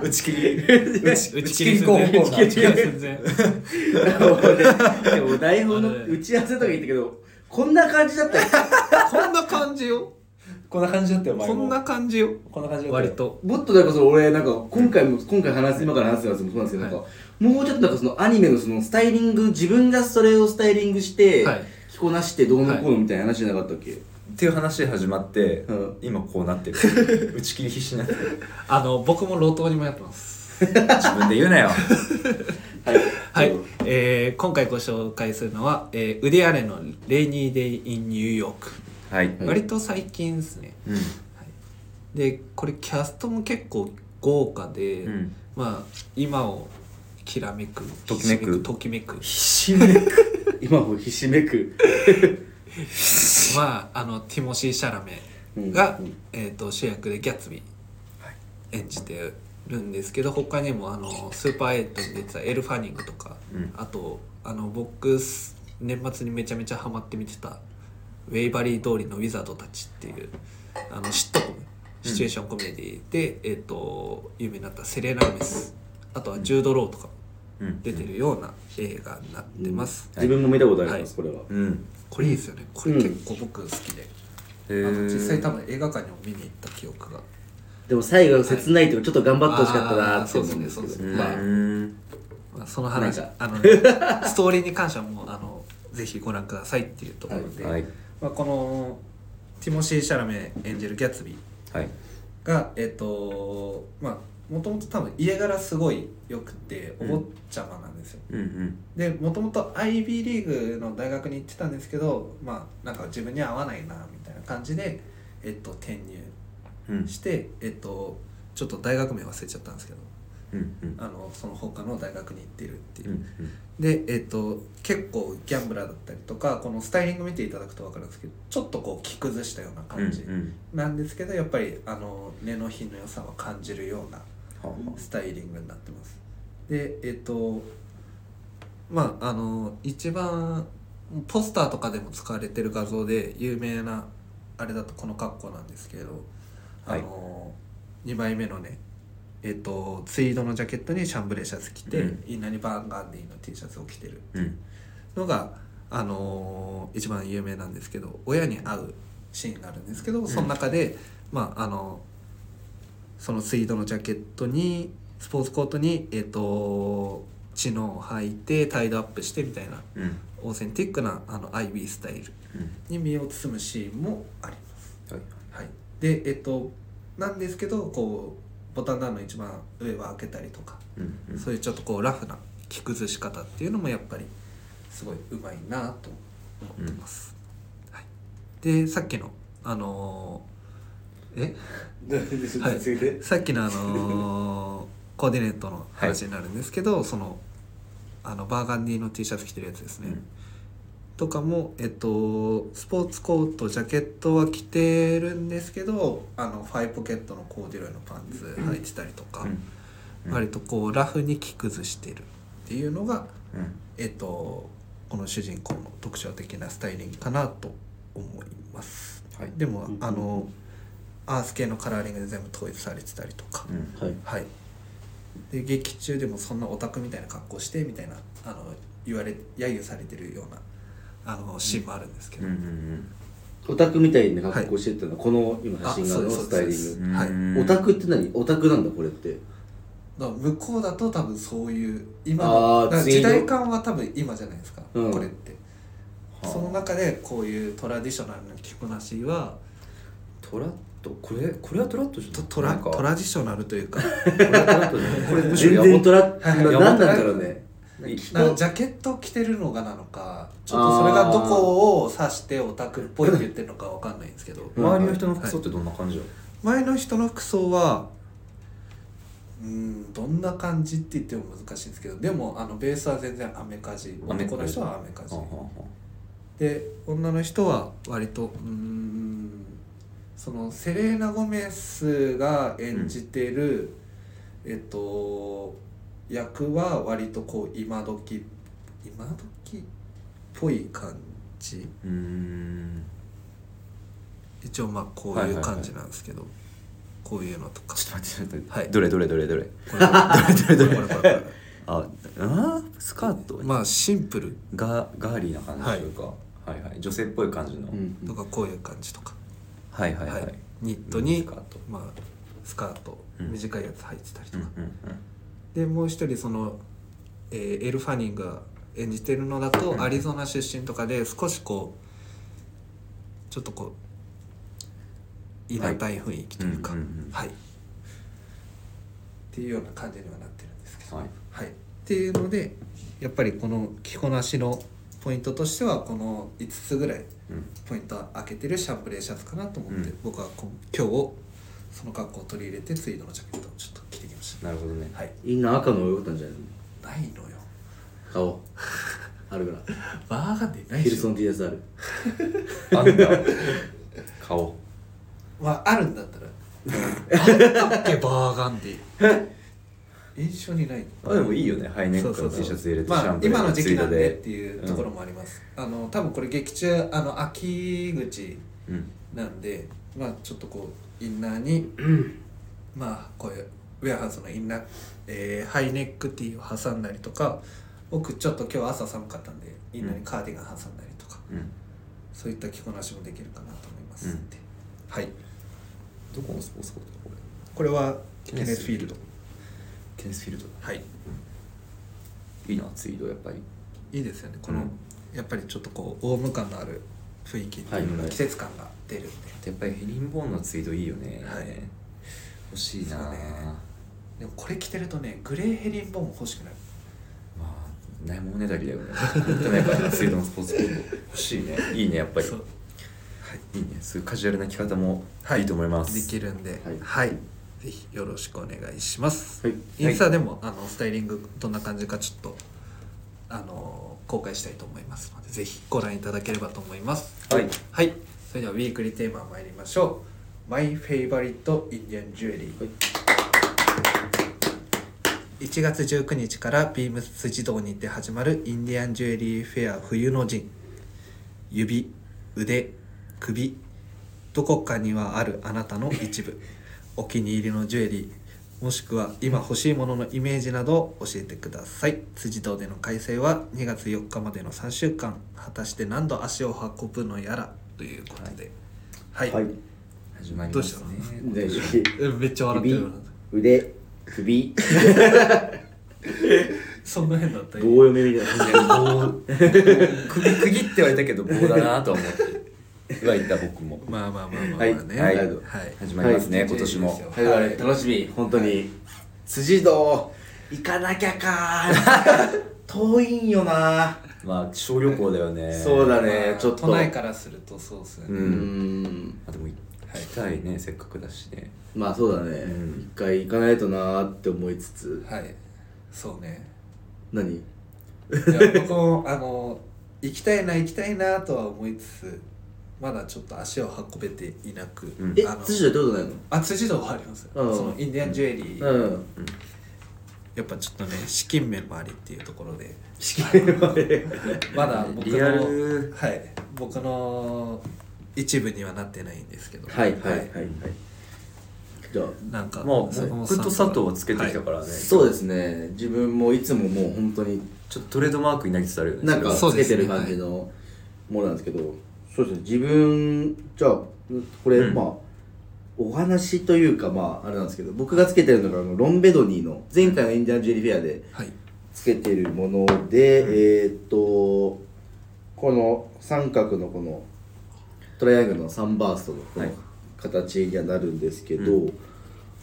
Speaker 3: 打ち切り打ち打ち切り候補
Speaker 1: 打ち切り寸前。
Speaker 4: でも台本の打ち合わせとか言ったけどこんな感じだったよ
Speaker 1: こんな感じよ。
Speaker 3: こんな感じだったよ前
Speaker 5: こ
Speaker 3: も
Speaker 5: んな感じよ
Speaker 3: こんな感じだったよ
Speaker 1: 割と
Speaker 4: もっとなんかその俺なんか今回も今回話す今から話すやつもそうなんですけど、なんかもうちょっとなんかそのアニメのそのスタイリング自分がそれをスタイリングして、
Speaker 1: はい
Speaker 4: 着こなしてどうのこうのみたいな話じゃなかったっけ、
Speaker 3: っていう話で始まって、
Speaker 4: うん
Speaker 3: 今こうなっ てる打ち切り必死になってる
Speaker 1: あの僕も路頭に迷ってます
Speaker 3: 自分で言うな よ
Speaker 1: はい、
Speaker 4: うん
Speaker 1: えー今回ご紹介するのは、えー、ウデアレの「レイニー・デイ・イン・ニューヨーク
Speaker 3: はい、」
Speaker 1: 割と最近ですね
Speaker 3: うん
Speaker 1: でこれキャストも結構豪華で、
Speaker 3: うん
Speaker 1: まあ今をきらめく
Speaker 3: ときめく
Speaker 1: ときめく
Speaker 3: 必死めく
Speaker 4: 今もひしめく、
Speaker 1: まああのティモシー・シャラメ
Speaker 4: うん
Speaker 1: が、えー、と主役でギャッツビー演じてるんですけど他にもあのスーパーエイトに出てたエル・ファニングとか、
Speaker 3: うん
Speaker 1: あとあの僕す年末にめちゃめちゃハマって見てた「ウェイバリー通りのウィザードたち」っていうあのシットコムシチュエーションコメディで、えっ、と有名になったセレナ・メスあとはジュード・ローとかも
Speaker 3: うん
Speaker 1: 出てるような映画になってます、
Speaker 4: 自分も見たことあります、
Speaker 1: はい
Speaker 4: これは
Speaker 3: うん
Speaker 1: これいいですよねこれ結構僕好きで、
Speaker 3: へ
Speaker 1: あの
Speaker 3: ー
Speaker 1: 実際多分映画館にも見に行った記憶が
Speaker 4: でも最後切ないというかちょっと頑張ってほしかった
Speaker 1: あ
Speaker 4: な
Speaker 1: ー
Speaker 4: って
Speaker 1: そう
Speaker 4: 思
Speaker 1: で
Speaker 4: う
Speaker 1: す
Speaker 4: んで
Speaker 1: ね
Speaker 4: す
Speaker 1: そうで
Speaker 4: けど
Speaker 1: す
Speaker 3: う
Speaker 1: ね、まあ
Speaker 3: ん
Speaker 1: まあ、その話
Speaker 4: なんか
Speaker 1: あの、 ね、ストーリーに関してはもうあのぜひご覧くださいっていうところで、
Speaker 3: はい
Speaker 1: まあ、このティモシー・シャラメ演じるギャツビー
Speaker 3: はい
Speaker 1: がえっ、とまあもともと多分家柄すごい良くてお
Speaker 3: うん
Speaker 1: 坊ちゃまなんですよ、
Speaker 3: うんうん
Speaker 1: でもともと IB リーグの大学に行ってたんですけどまあなんか自分には合わないなみたいな感じでえっと転入
Speaker 3: うん
Speaker 1: してえっとちょっと大学名忘れちゃったんですけど
Speaker 3: うんうん
Speaker 1: あのその他の大学に行ってるっていうう、
Speaker 3: ん
Speaker 1: でえっと結構ギャンブラーだったりとかこのスタイリング見ていただくと分かるんですけどちょっとこう着崩したような
Speaker 3: うん
Speaker 1: 感じ
Speaker 3: うんうん
Speaker 1: なんですけどやっぱりあの根の品の良さは感じるような
Speaker 3: はあは
Speaker 1: スタイリングになってますでえっとまああの一番ポスターとかでも使われてる画像で有名なあれだとこの格好なんですけど、
Speaker 3: はい
Speaker 1: あの2枚目のねえっとツイードのジャケットにシャンブレーシャツ着て、
Speaker 3: うん
Speaker 1: インナーにバーンガンディの T シャツを着てる
Speaker 3: あうん
Speaker 1: のが、あのー一番有名なんですけど親に会うシーンがあるんですけどその中で、まああのそのツイードのジャケットにスポーツコートにえっ、とチノを履いてタイドアップしてみたいな
Speaker 3: うん
Speaker 1: オーセンティックなあのアイビースタイル
Speaker 3: うん
Speaker 1: に身を包むシーンもあります。
Speaker 3: は
Speaker 1: は
Speaker 3: い
Speaker 1: い、でえっ、となんですけどこうボタンダウンの一番上は開けたりとか
Speaker 3: うんうん
Speaker 1: そういうちょっとこうラフな着崩し方っていうのもやっぱりすごいうまいなと思ってます、はい、でさっきのあのーはい
Speaker 6: ついて
Speaker 1: えさっきのあ のーコーディネートの話になるんですけど、そのあのバーガンディの T シャツ着てるやつですね、
Speaker 3: うん
Speaker 1: とかも、えっと、スポーツコートジャケットは着てるんですけどあのファイポケットのコーデュロイのパンツ履いてたりとか、
Speaker 3: うんうん
Speaker 1: 割とこうラフに着崩してるっていうのが、
Speaker 3: うん
Speaker 1: えっと、この主人公の特徴的なスタイリングかなと思います、
Speaker 3: はい
Speaker 1: でも、あのアース系のカラーリングで全部統一されてたりとか、
Speaker 3: うん
Speaker 4: はい
Speaker 1: はいで劇中でもそんなオタクみたいな格好してみたいなあの言われ揶揄されてるようなあのシーンもあるんですけ
Speaker 3: うん
Speaker 1: ど、
Speaker 3: うん
Speaker 4: オタクみたいな格好してってのは、この今
Speaker 1: あ
Speaker 4: 写真があ
Speaker 1: そう
Speaker 4: る
Speaker 1: です
Speaker 4: スタイリ
Speaker 1: そう
Speaker 4: ン
Speaker 1: で
Speaker 4: グ、
Speaker 3: うん
Speaker 1: はい
Speaker 3: うん
Speaker 4: オタクって何オタクなんだこれって
Speaker 1: だから向こうだと多分そういう今
Speaker 4: あ
Speaker 1: の
Speaker 4: ー
Speaker 1: だから
Speaker 4: 次
Speaker 1: 時
Speaker 4: の
Speaker 1: 代感は多分今じゃないですか、
Speaker 4: うん
Speaker 1: これって、
Speaker 3: はあ
Speaker 1: その中でこういうトラディショナルな着こなしは
Speaker 3: トラッとこれこれはトラッとじゃ
Speaker 1: と
Speaker 3: ない
Speaker 1: トラ
Speaker 3: なんか
Speaker 1: トラディショナルと いうか
Speaker 3: これはトラッとじゃないこれ むしろ
Speaker 4: 全
Speaker 3: や
Speaker 4: 然
Speaker 3: ぼ
Speaker 4: トラッ、
Speaker 1: はい
Speaker 4: な
Speaker 3: や
Speaker 4: な
Speaker 3: ば
Speaker 4: んなんだろうね
Speaker 3: い
Speaker 1: なんかジャケット着てるのがなのかちょっとそれがどこを指してオタクっぽいって言ってるのかわかんないんですけど
Speaker 3: 周りの人の服装ってどんな感じだろ
Speaker 1: 前の人の服装はうんどんな感じって言っても難しいんですけどでもあのベースは全然アメカジ
Speaker 3: アメカジ
Speaker 1: 男の人はアメカジ
Speaker 3: うはあはあは
Speaker 1: で女の人は割とうーんそのセレーナ・ゴメスが演じてる、えっと役は割とこう今時今時っぽい感じ
Speaker 3: あうーん
Speaker 1: 一応まあこう
Speaker 3: はい
Speaker 1: い
Speaker 3: はいうはい
Speaker 1: 感じなんですけど、こういうのとか
Speaker 3: ちょっと待ってちょっと待って、
Speaker 1: はい
Speaker 3: どれどれどれどれ
Speaker 1: これ
Speaker 3: どれどれ
Speaker 1: これこれこれ
Speaker 3: ああースカート、
Speaker 1: まあシンプル
Speaker 3: ガガーリーな感じというか、はい、はい女性っぽい感じの、
Speaker 4: うん
Speaker 1: とかこういう感じとか、
Speaker 3: はいはいはい、
Speaker 1: はいニットに
Speaker 3: スカート
Speaker 1: まあ、スカート
Speaker 3: うん
Speaker 1: 短いやつ履いてたりと
Speaker 3: うんう
Speaker 1: か、
Speaker 3: ん
Speaker 1: でもう一人その、えーエル・ファニンが演じてるのだとアリゾナ出身とかで少しこうちょっとこういなたい雰囲気というか
Speaker 3: は
Speaker 1: はいい、
Speaker 3: うんうんうん
Speaker 1: っていうような感じにはなってるんですけど、
Speaker 3: うんはい
Speaker 1: はい、っていうのでやっぱりこの着こなしのポイントとしてはこの5つぐらい
Speaker 3: うん
Speaker 1: ポイントは開けてるシャンプレーシャツかなと思って、
Speaker 3: うん
Speaker 1: 僕はこう今日をその格好を取り入れてツイードのジャケットをちょっと着てきまし
Speaker 3: なるほ どね
Speaker 1: たはい
Speaker 4: みんな赤の方が良かったんじゃないの
Speaker 1: ないのよ
Speaker 4: 顔あるか
Speaker 1: バーガンディな
Speaker 4: ら
Speaker 1: いで
Speaker 4: ヒル
Speaker 1: し
Speaker 4: ソ
Speaker 1: ょ
Speaker 4: ン TSR
Speaker 3: あんだ顔
Speaker 1: まああるんだったらあったっけバーガンディ 印象にない
Speaker 3: あでもいいよねハイネッ
Speaker 1: そう
Speaker 3: ク
Speaker 1: そ
Speaker 3: の
Speaker 1: うそう
Speaker 3: T シャツ入れてシ
Speaker 1: ま
Speaker 3: ャ
Speaker 1: あ
Speaker 3: ン、プー
Speaker 1: 今の
Speaker 3: の
Speaker 1: 時
Speaker 3: ツ
Speaker 1: 期
Speaker 3: イー
Speaker 1: な
Speaker 3: ト
Speaker 1: んでっ
Speaker 3: で
Speaker 1: ていうところもあります、あの多分これ劇中あの秋口
Speaker 3: うん
Speaker 1: なんでまあちょっとこうインナーに、まあこういうウェアハウスのインナー、えーハイネックティーを挟んだりとか僕ちょっと今日朝寒かったんでインナーにカーディガン挟んだりとか、
Speaker 3: うん
Speaker 1: そういった着こなしもできるかなと思います
Speaker 3: うん
Speaker 1: んで、はい
Speaker 3: どこのスポーツコートだこれ
Speaker 1: これはケ
Speaker 3: ケネ
Speaker 1: ネ
Speaker 3: ス
Speaker 1: スフィールド
Speaker 3: ケネスフィールド
Speaker 1: はい
Speaker 3: いいなツイードやっぱり
Speaker 1: いいですよねこの、
Speaker 3: うん
Speaker 1: やっぱりちょっとこうオウム感のある雰囲気っていうの
Speaker 3: はいは
Speaker 1: が
Speaker 3: い
Speaker 1: 季節感が出るんで、
Speaker 3: やっぱりヘリンボーンのツイードいいよね、
Speaker 1: はい
Speaker 3: 欲しいな
Speaker 1: そうねでもこれ着てるとねグレーヘリンボーン欲しくなる
Speaker 3: まあないもんねだりだよね本当にやっぱツイードのスポーツコート欲しいねいいねやっぱり
Speaker 1: そう
Speaker 3: いいねそういうカジュアルな着方も
Speaker 1: はい
Speaker 3: いいと思います、
Speaker 1: できるんで、
Speaker 4: は
Speaker 1: はいい、ぜひよろしくお願いします。
Speaker 4: はい
Speaker 1: インスタでも、あのスタイリングどんな感じかちょっとあの公開したいと思いますので、ぜひご覧いただければと思います。
Speaker 3: はい
Speaker 1: はい、それではウィークリーテーマ参りましょう。My favorite Indian jewelry。
Speaker 4: はい
Speaker 1: 1月19日からビームス辻堂にて始まるインディアンジュエリーフェア冬の陣指腕首どこかにはあるあなたの一部 お気に入りのジュエリーもしくは今欲しいもののイメージなどを教えてください辻堂での開催は2月4日までの3週間果たして何度足を運ぶのやらということではい、
Speaker 3: 始まります
Speaker 1: どうし
Speaker 3: ね
Speaker 4: で
Speaker 1: えめっちゃ笑ってるよな
Speaker 4: 腕首
Speaker 1: そんな変だった
Speaker 4: 棒読みみたいな
Speaker 3: 首区切ってはいたけど棒だなとは思っては言った僕も
Speaker 1: まあまあまあまあまあ
Speaker 3: はい、
Speaker 1: ね
Speaker 3: はい
Speaker 4: はい
Speaker 3: 始まりますね、
Speaker 1: はい
Speaker 3: 今年も
Speaker 4: はい、はい、楽しみ本当に、辻堂行かなきゃかー遠いんよな
Speaker 3: まあ小旅行だよね
Speaker 4: そうだ
Speaker 3: ね
Speaker 4: ね
Speaker 1: まあ
Speaker 4: ちょっと
Speaker 1: 都内からするとそうですね、
Speaker 3: う
Speaker 4: うんん
Speaker 3: あでも行きたいね、せっかくだしね
Speaker 4: まあそうだね、
Speaker 3: うん
Speaker 4: 一回行かないとなーって思いつつ
Speaker 1: はいそうね
Speaker 4: 何
Speaker 1: いや僕もあの行きたいな行きたいなとは思いつつまだちょっと足を運べていなく、
Speaker 3: うん
Speaker 4: え
Speaker 1: あの
Speaker 4: 辻堂行ったこ
Speaker 1: あ辻堂はありますそ
Speaker 4: うん
Speaker 1: のインディアンジュエリー、
Speaker 4: とないのうん
Speaker 1: やっぱちょっとね資金面もありっていうところで
Speaker 4: 敷金まで
Speaker 1: まだ僕
Speaker 3: リア
Speaker 1: の
Speaker 3: ル
Speaker 1: はい僕の一部にはなってないんですけど
Speaker 4: はいはいはいはいじゃあ
Speaker 1: なんか
Speaker 3: もう
Speaker 1: 坂本
Speaker 3: 僕と佐藤はつけてきたからね、
Speaker 4: そうですね自分もいつももう本当に
Speaker 3: ちょっとトレードマークになりつつあるよね
Speaker 4: なんか
Speaker 1: そう
Speaker 4: つけ
Speaker 1: です
Speaker 4: て
Speaker 1: ね
Speaker 4: る感じのものなんですけどそうですね自分じゃあこれ、
Speaker 3: うん
Speaker 4: まあお話というかまああれなんですけど僕がつけてるのがあのロンベドニーの前回のインディアンジェリーフェアで
Speaker 1: はい
Speaker 4: つけてるもので、えーっとこの三角のこのトライアングルのサンバーストのこの
Speaker 3: はい
Speaker 4: 形にはなるんですけど、
Speaker 3: う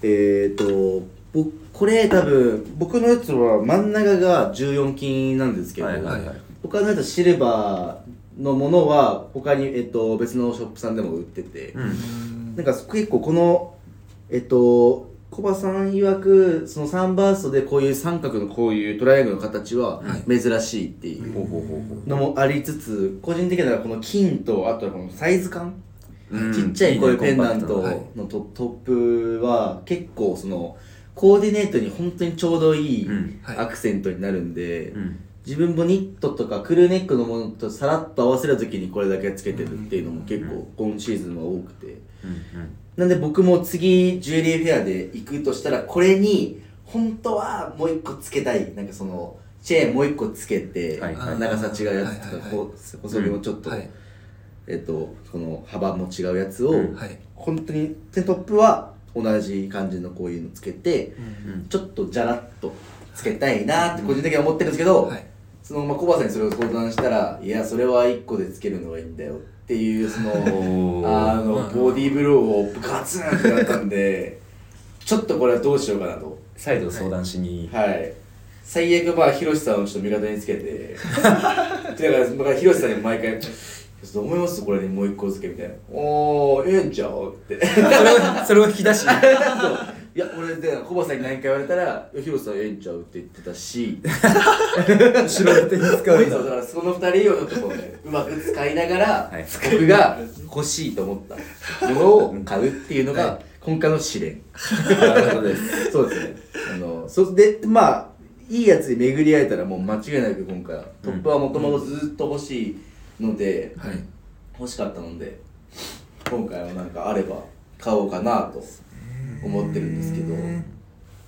Speaker 4: えーっと僕これ多分僕のやつは真ん中が14金なんですけど、
Speaker 3: はいはいはい
Speaker 4: 他のやつはシルバーのものは他に、えっと、別のショップさんでも売ってて、
Speaker 3: うん
Speaker 4: なんか結構このえっとコバさん曰くそのサンバーストでこういう三角のこういうトライアングルの形は珍しいってい
Speaker 3: ほう
Speaker 4: う
Speaker 3: ほうほうほう
Speaker 4: のもありつつ個人的にはこの金とあとはこのサイズ感、
Speaker 3: うん
Speaker 4: ちっちゃいこういうペンダン
Speaker 3: いい
Speaker 4: ト
Speaker 3: ね
Speaker 4: のトトップは結構そのコーディネートに本当にちょうどいい
Speaker 3: うん
Speaker 1: はい
Speaker 4: アクセントになるんで
Speaker 3: うん
Speaker 4: 自分もニットとかクルーネックのものとさらっと合わせる時にこれだけつけてるっていうのも結構今シーズンは多くて。
Speaker 3: うん
Speaker 4: なんで僕も次ジュエリーフェアで行くとしたらこれに本当はもう一個つけたいなんかそのチェーンもう一個つけて、
Speaker 3: はいはい
Speaker 4: 長さ違うやつとか、
Speaker 1: はいはいはい
Speaker 4: こう細身もちょっと、
Speaker 1: はい
Speaker 4: えっと、その幅も違うやつを、
Speaker 3: うん
Speaker 1: はい
Speaker 4: 本当にでトップは同じ感じのこういうのつけて、
Speaker 3: うん
Speaker 4: ちょっとじゃらっとつけたいなって個人的には思ってるんですけど、
Speaker 1: はい
Speaker 4: そのまあコバさんにそれを相談したら「いやそれは1個でつけるのがいいんだよ」っていうその
Speaker 3: おー
Speaker 4: あのボディーブローをガツンってなったんで ちょっとこれはどうしようかなと
Speaker 3: 再度相談しに、
Speaker 4: はい最悪まあヒロシさんをちょっと味方につ けてだからだからヒロシさんに毎回「ちょっと思いますこれにもう1個つけ」みたいな「おーええんちゃ う?」って。
Speaker 1: それをそれを引き出し
Speaker 4: そういや俺でコバさんに何回言われたら「ヒロさんええんちゃう?」って言ってたし
Speaker 1: 後ろ手に使
Speaker 4: そううん
Speaker 1: だ
Speaker 4: だからその二人をちょっとこう,、ね、うまく使いながら、
Speaker 3: はい
Speaker 4: 僕が欲しいと思ったものを買うっていうのが今回の試練
Speaker 3: なるほどです
Speaker 4: そうですねあのそでまあいいやつに巡り合えたらもう間違いなく今回はトップはもともとずっと欲しいので、
Speaker 1: はい
Speaker 4: 欲しかったので今回はなんかあれば買おうかなと思ってるんですけど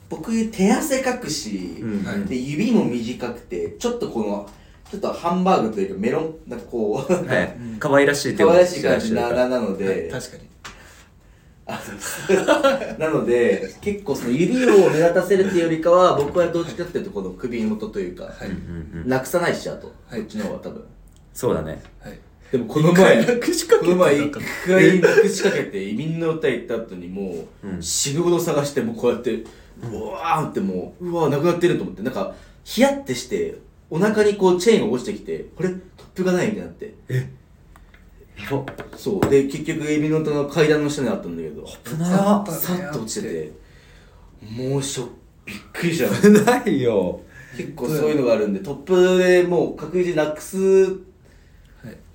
Speaker 4: 僕手汗隠し、
Speaker 3: うん
Speaker 1: はい
Speaker 4: で指も短くてちょっとこのちょっとハンバーグというかメロンなんかこう
Speaker 3: はい可愛らしい手
Speaker 4: 可
Speaker 3: を
Speaker 4: 愛らしい感じ
Speaker 3: ら
Speaker 4: な
Speaker 3: っし
Speaker 4: な
Speaker 3: ゃる
Speaker 4: なので
Speaker 1: 確かに
Speaker 4: あの なので結構その指を目立たせるっていうよりかは僕はどっちかっていうとこの首元というか、
Speaker 1: は
Speaker 3: うんうんうん
Speaker 4: なくさないしちゃうと、
Speaker 1: はい
Speaker 4: こっちの方が多分
Speaker 3: そうだね
Speaker 1: はい
Speaker 4: でもこの前こ
Speaker 1: 隠しかけ
Speaker 4: の前一
Speaker 1: た
Speaker 4: 回なくしかけて移民の歌行った後にもう、
Speaker 3: うん
Speaker 4: 死ぬほど探してもうこうやってうわーってもううわーなくなってると思ってなんかヒヤッてしてお腹にこうチェーンが落ちてきてこれトップがないみたいになってそうで結局エビの歌の階段の下にあったんだけど
Speaker 3: 危な
Speaker 4: さっと落ちててもうしょびっくりしたの
Speaker 3: 危ないよ
Speaker 4: 結構そういうのがあるんでトップでもう確実になくす、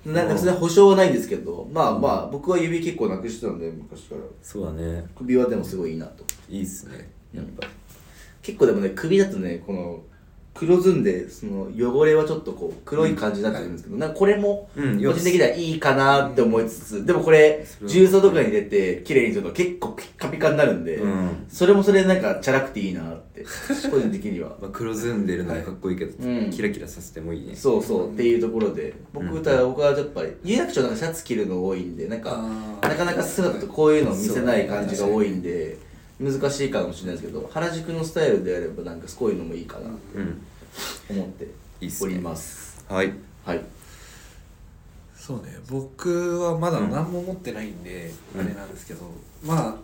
Speaker 4: ななくす保証はないんですけどまあまあ僕は指結構なくしてたんで昔から
Speaker 3: そうだね
Speaker 4: 首はでもすごいいいなと
Speaker 3: いいっすねやっぱ
Speaker 4: 結構でもね首だとねこの黒ずんでその汚れはちょっとこう黒い感じになってるんですけど、なんかこれも個
Speaker 3: うん
Speaker 4: 人的にはいいかなって思いつつ、でもこれ重曹とかに出て綺麗にすると結構ピッカピカになるんで、
Speaker 3: うん
Speaker 4: それもそれでなんかチャラくていいなって個人的には
Speaker 3: まあ黒ずんでるのもかっこいいけど
Speaker 4: うん
Speaker 3: キラキラさせてもいいね
Speaker 4: そうそうっていうところで僕
Speaker 3: うん
Speaker 4: 歌、僕はやっぱり有楽町なんかシャツ着るの多いんでなんか
Speaker 1: あー
Speaker 4: なかなか姿とこういうのを見せない感じが多いんで難しいかもしれないですけど原宿のスタイルであればなんかこういうのもいいかなって
Speaker 3: うん
Speaker 4: 思って
Speaker 3: いいっす
Speaker 4: お
Speaker 3: ね
Speaker 4: ります
Speaker 3: はい
Speaker 4: はい
Speaker 1: そうね僕はまだ何も持ってないんで、
Speaker 3: うん
Speaker 1: あれなんですけど、まあ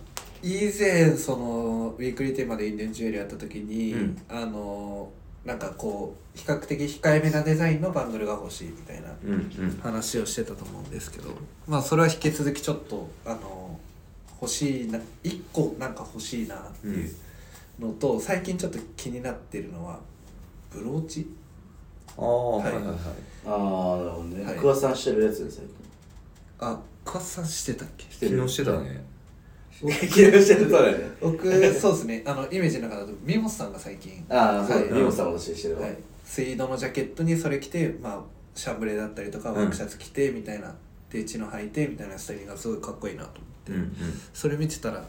Speaker 1: 以前そのウィークリーテーマでインデンジュエリーやった時に、
Speaker 3: うん
Speaker 1: あのなんかこう比較的控えめなデザインのバンドルが欲しいみたいな
Speaker 3: うんうん
Speaker 1: 話をしてたと思うんですけどまあそれは引き続きちょっとあの欲しいな1個なんか欲しいなっていうのと、最近ちょっと気になってるのはブローチ
Speaker 3: ああはいいはいはい
Speaker 4: ああなるほどね
Speaker 1: はい
Speaker 4: 桑田さんしてるやつですね
Speaker 1: あ桑田さんしてたっけ
Speaker 4: 最近
Speaker 3: 昨日してたね
Speaker 4: 昨日してるそうだよね
Speaker 1: 僕そうですねあのイメージの中だとミモスさんが最近、は
Speaker 4: ああそう
Speaker 1: はい
Speaker 4: リオさんもしてるわ
Speaker 1: い、スイードのジャケットにそれ着て、まあ、シャンブレだったりとか
Speaker 3: うん
Speaker 1: ワークシャツ着てみたいな、で血の履いてみたいなスタイルがすごいかっこいいなと思って、
Speaker 3: うんうん
Speaker 1: それ見てたら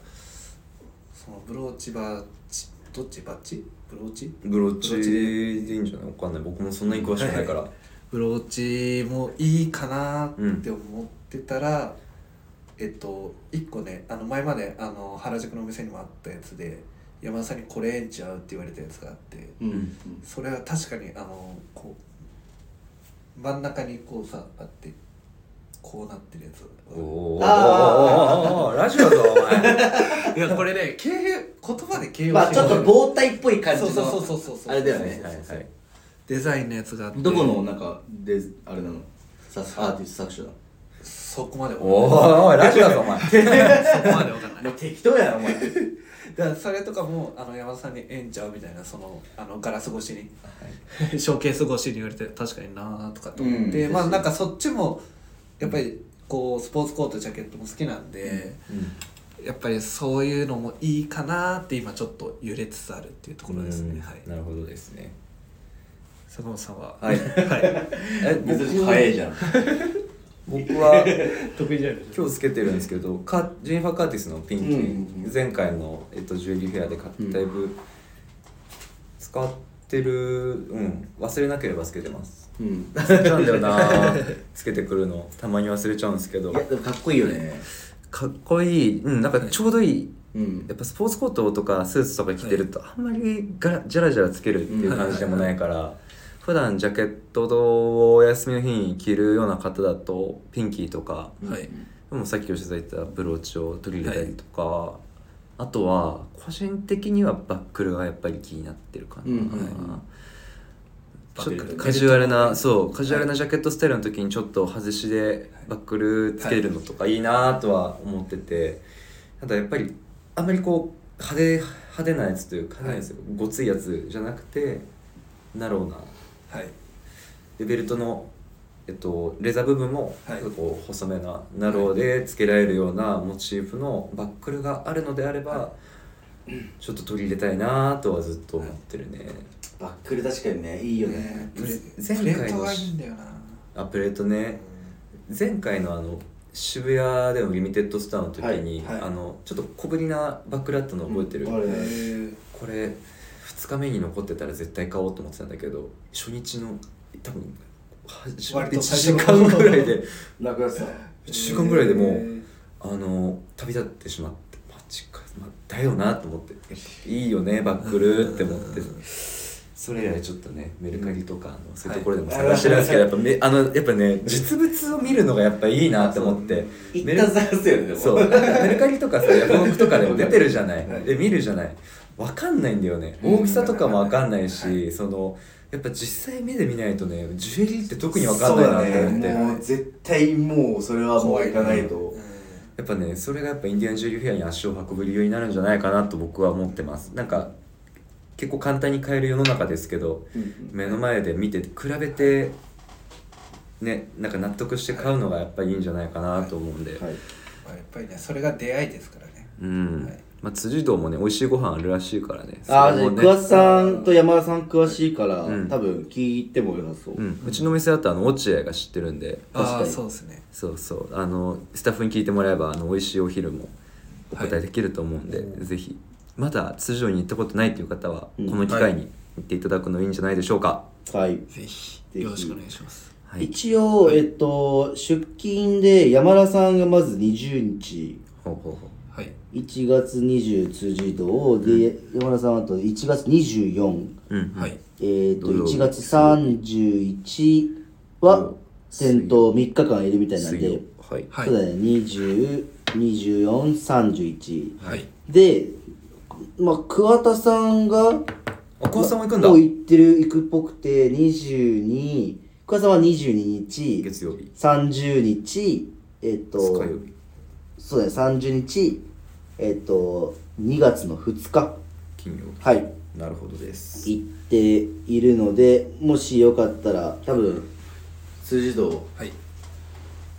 Speaker 1: そのブローチバッチどっちバッチブローチ
Speaker 3: ブロッチでいいんじゃないわかんない僕もそんなに詳しくないから
Speaker 1: ブローチもいいかなって思ってたら、えっと1個ねあの前まであの原宿のお店にもあったやつで山田さんに「これええんちゃう?」って言われたやつがあって。
Speaker 4: うんうん
Speaker 1: それは確かにあのこう真ん中にこうさあってこうなってるやつ
Speaker 3: おーおーおーおーお
Speaker 4: あ
Speaker 3: ーラジオだお前
Speaker 1: いやこれね形言葉で形容
Speaker 4: まあちょっと
Speaker 1: 棒
Speaker 4: 棒体っぽい感じの
Speaker 1: そうそうそうそうそう
Speaker 4: あれだよね
Speaker 3: はいはい
Speaker 1: デザインのやつがあって
Speaker 4: どこのなんかであれなのさアーティスト作手なの
Speaker 1: そこまで
Speaker 3: おーおーラジオだぞお前
Speaker 1: そこまでわかんない
Speaker 4: もう適当やなお前
Speaker 1: だからそれとかもあの山田さんに「ええんちゃう?」みたいなそのあのガラス越しに、ショーケース越しに言われて確かになーとかと思って、
Speaker 4: うん
Speaker 1: まあなんかそっちもやっぱりこうスポーツコートジャケットも好きなんで、やっぱりそういうのもいいかなーって今ちょっと揺れつつあるっていうところですね、
Speaker 3: うん
Speaker 1: はい
Speaker 3: なるほどですね
Speaker 1: 坂本さんは、
Speaker 3: はいえ僕
Speaker 4: 珍しく早いじゃん
Speaker 3: 僕は
Speaker 1: 得意じゃないです
Speaker 3: 今日つけてるんですけどカジェニファー・カーティスのピンキー、
Speaker 4: うんうんうん
Speaker 3: 前回の、えっと、ジュエリーフェアで買ったやつ使ってるうん忘れなければつけてます
Speaker 4: うん
Speaker 3: 忘れちゃうんだよな つけてくるのたまに忘れちゃうんですけど
Speaker 4: いやでもかっこいいよね
Speaker 3: かっこいいうんなんかちょうどいい
Speaker 4: うん
Speaker 3: やっぱスポーツコートとかスーツとか着てるとあんまりがらじゃらじゃらつけるっていう感じでもないから普段ジャケットをお休みの日に着るような方だとピンキーとか
Speaker 1: はい
Speaker 3: でもさっき吉田言ったブローチを取り入れたりとか、あとは個人的にはバックルがやっぱり気になってるかな、
Speaker 4: うんはい
Speaker 3: ちょっ
Speaker 1: バック
Speaker 3: と
Speaker 1: ル
Speaker 3: カジュアルなそうカジュアルなジャケットスタイルの時にちょっと外しでバックルつけるのとかいいなとは思っててただやっぱりあんまりこう派手派手なやつというか派手なやつ、ごついやつじゃなくてなろうな
Speaker 1: はい
Speaker 3: でベルトの、えっと、レザー部分も、
Speaker 1: はい
Speaker 3: こう細めなナローで付けられるようなモチーフのバックルがあるのであれば、ちょっと取り入れたいなとはずっと思ってるね、
Speaker 4: バックル確かにねいいよね
Speaker 1: プレ
Speaker 3: 前
Speaker 1: プレ
Speaker 3: 回
Speaker 1: ート
Speaker 3: の
Speaker 1: がい
Speaker 3: し
Speaker 1: いんだよな
Speaker 3: アプレートね前回のあの渋谷でのリミテッドスターの時に、
Speaker 1: はいはい
Speaker 3: あのちょっと小ぶりなバックルあったの覚えてる、
Speaker 4: あ
Speaker 1: へ
Speaker 4: れ
Speaker 1: ー
Speaker 3: これ2日目に残ってたら絶対買おうと思ってたんだけど初日の多分
Speaker 1: 割
Speaker 3: 1
Speaker 1: と最
Speaker 3: 時
Speaker 1: 初の
Speaker 3: 間ぐらいで
Speaker 4: 楽ださ
Speaker 3: 1週間ぐらいでもう、
Speaker 1: へー
Speaker 3: あの旅立ってしまってマジか、まあ、だよなと思ってやっぱいいよねバックルって思ってそれ以来ちょっとねメルカリとかあのそういうところでも探してるんですけど、やっぱ めあのやっぱね実物を見るのがやっぱいいなと思って
Speaker 4: 一
Speaker 3: メル
Speaker 4: 旦探すよねでも
Speaker 3: そうメルカリとかさ ヤフオクとかでも出てるじゃない、
Speaker 1: はい
Speaker 3: で見るじゃないわかんないんだよね大きさとかもわかんないし、そのやっぱ実際目で見ないとねジュエリーって特にわかんないなって思って、
Speaker 4: そうだねもう絶対もうそれはもう行かないと
Speaker 3: やっぱねそれがやっぱインディアンジュエリーフェアに足を運ぶ理由になるんじゃないかなと僕は思ってますなんか結構簡単に買える世の中ですけど目の前で見て比べてねなんか納得して買うのがやっぱりいいんじゃないかなと思うんで、
Speaker 4: はい
Speaker 1: まあやっぱりねそれが出会いですからね
Speaker 3: うん、
Speaker 1: はい
Speaker 3: まあ、辻堂もね美味しいご飯あるらしいからね
Speaker 4: ああ
Speaker 3: そ
Speaker 4: じ
Speaker 3: れ
Speaker 4: ゃ
Speaker 3: も
Speaker 4: あ
Speaker 3: ね
Speaker 4: 桑田さんと山田さん詳しいから、
Speaker 3: うん
Speaker 4: 多分聞いてもよさそう、
Speaker 3: うん、うちの店だとあの落合が知ってるんで
Speaker 1: あ
Speaker 4: か
Speaker 1: あ
Speaker 4: に
Speaker 1: そうですね
Speaker 3: そうそうあのスタッフに聞いてもらえばあの美味しいお昼もお答えできると思うんで、ぜひまだ通常に行ったことないという方は、
Speaker 4: うん
Speaker 3: この機会に行っていただくのいいんじゃないでしょうか、
Speaker 4: はい
Speaker 1: ぜひ
Speaker 4: ひ
Speaker 1: よろしくお願いします
Speaker 3: はい
Speaker 4: 一応、えっと、出勤で山田さんがまず20日、
Speaker 3: ほうほうほ
Speaker 1: はい
Speaker 4: 1月20辻堂で、山田さんはあと1月24、
Speaker 3: ううん
Speaker 1: はい
Speaker 4: えー、と
Speaker 3: 土曜
Speaker 4: 1月31は店頭3日間いるみたいなん
Speaker 3: 水曜
Speaker 4: で、
Speaker 3: はい
Speaker 1: はい
Speaker 4: そうだね、20、24、31。
Speaker 1: はい
Speaker 4: で、まあ、桑田さんが、
Speaker 3: あコースさんも行くんだ
Speaker 4: もう行ってる、行くっぽくて、22、桑田さんは22日、
Speaker 3: 月曜日
Speaker 4: 30日、えっと
Speaker 3: 火曜、日
Speaker 4: そうだね、30日、えっと、2月の2日、
Speaker 3: 金曜
Speaker 4: はい、
Speaker 3: 日なるほどです
Speaker 4: 行っているので、もしよかったら、多分、
Speaker 2: 辻堂
Speaker 1: はい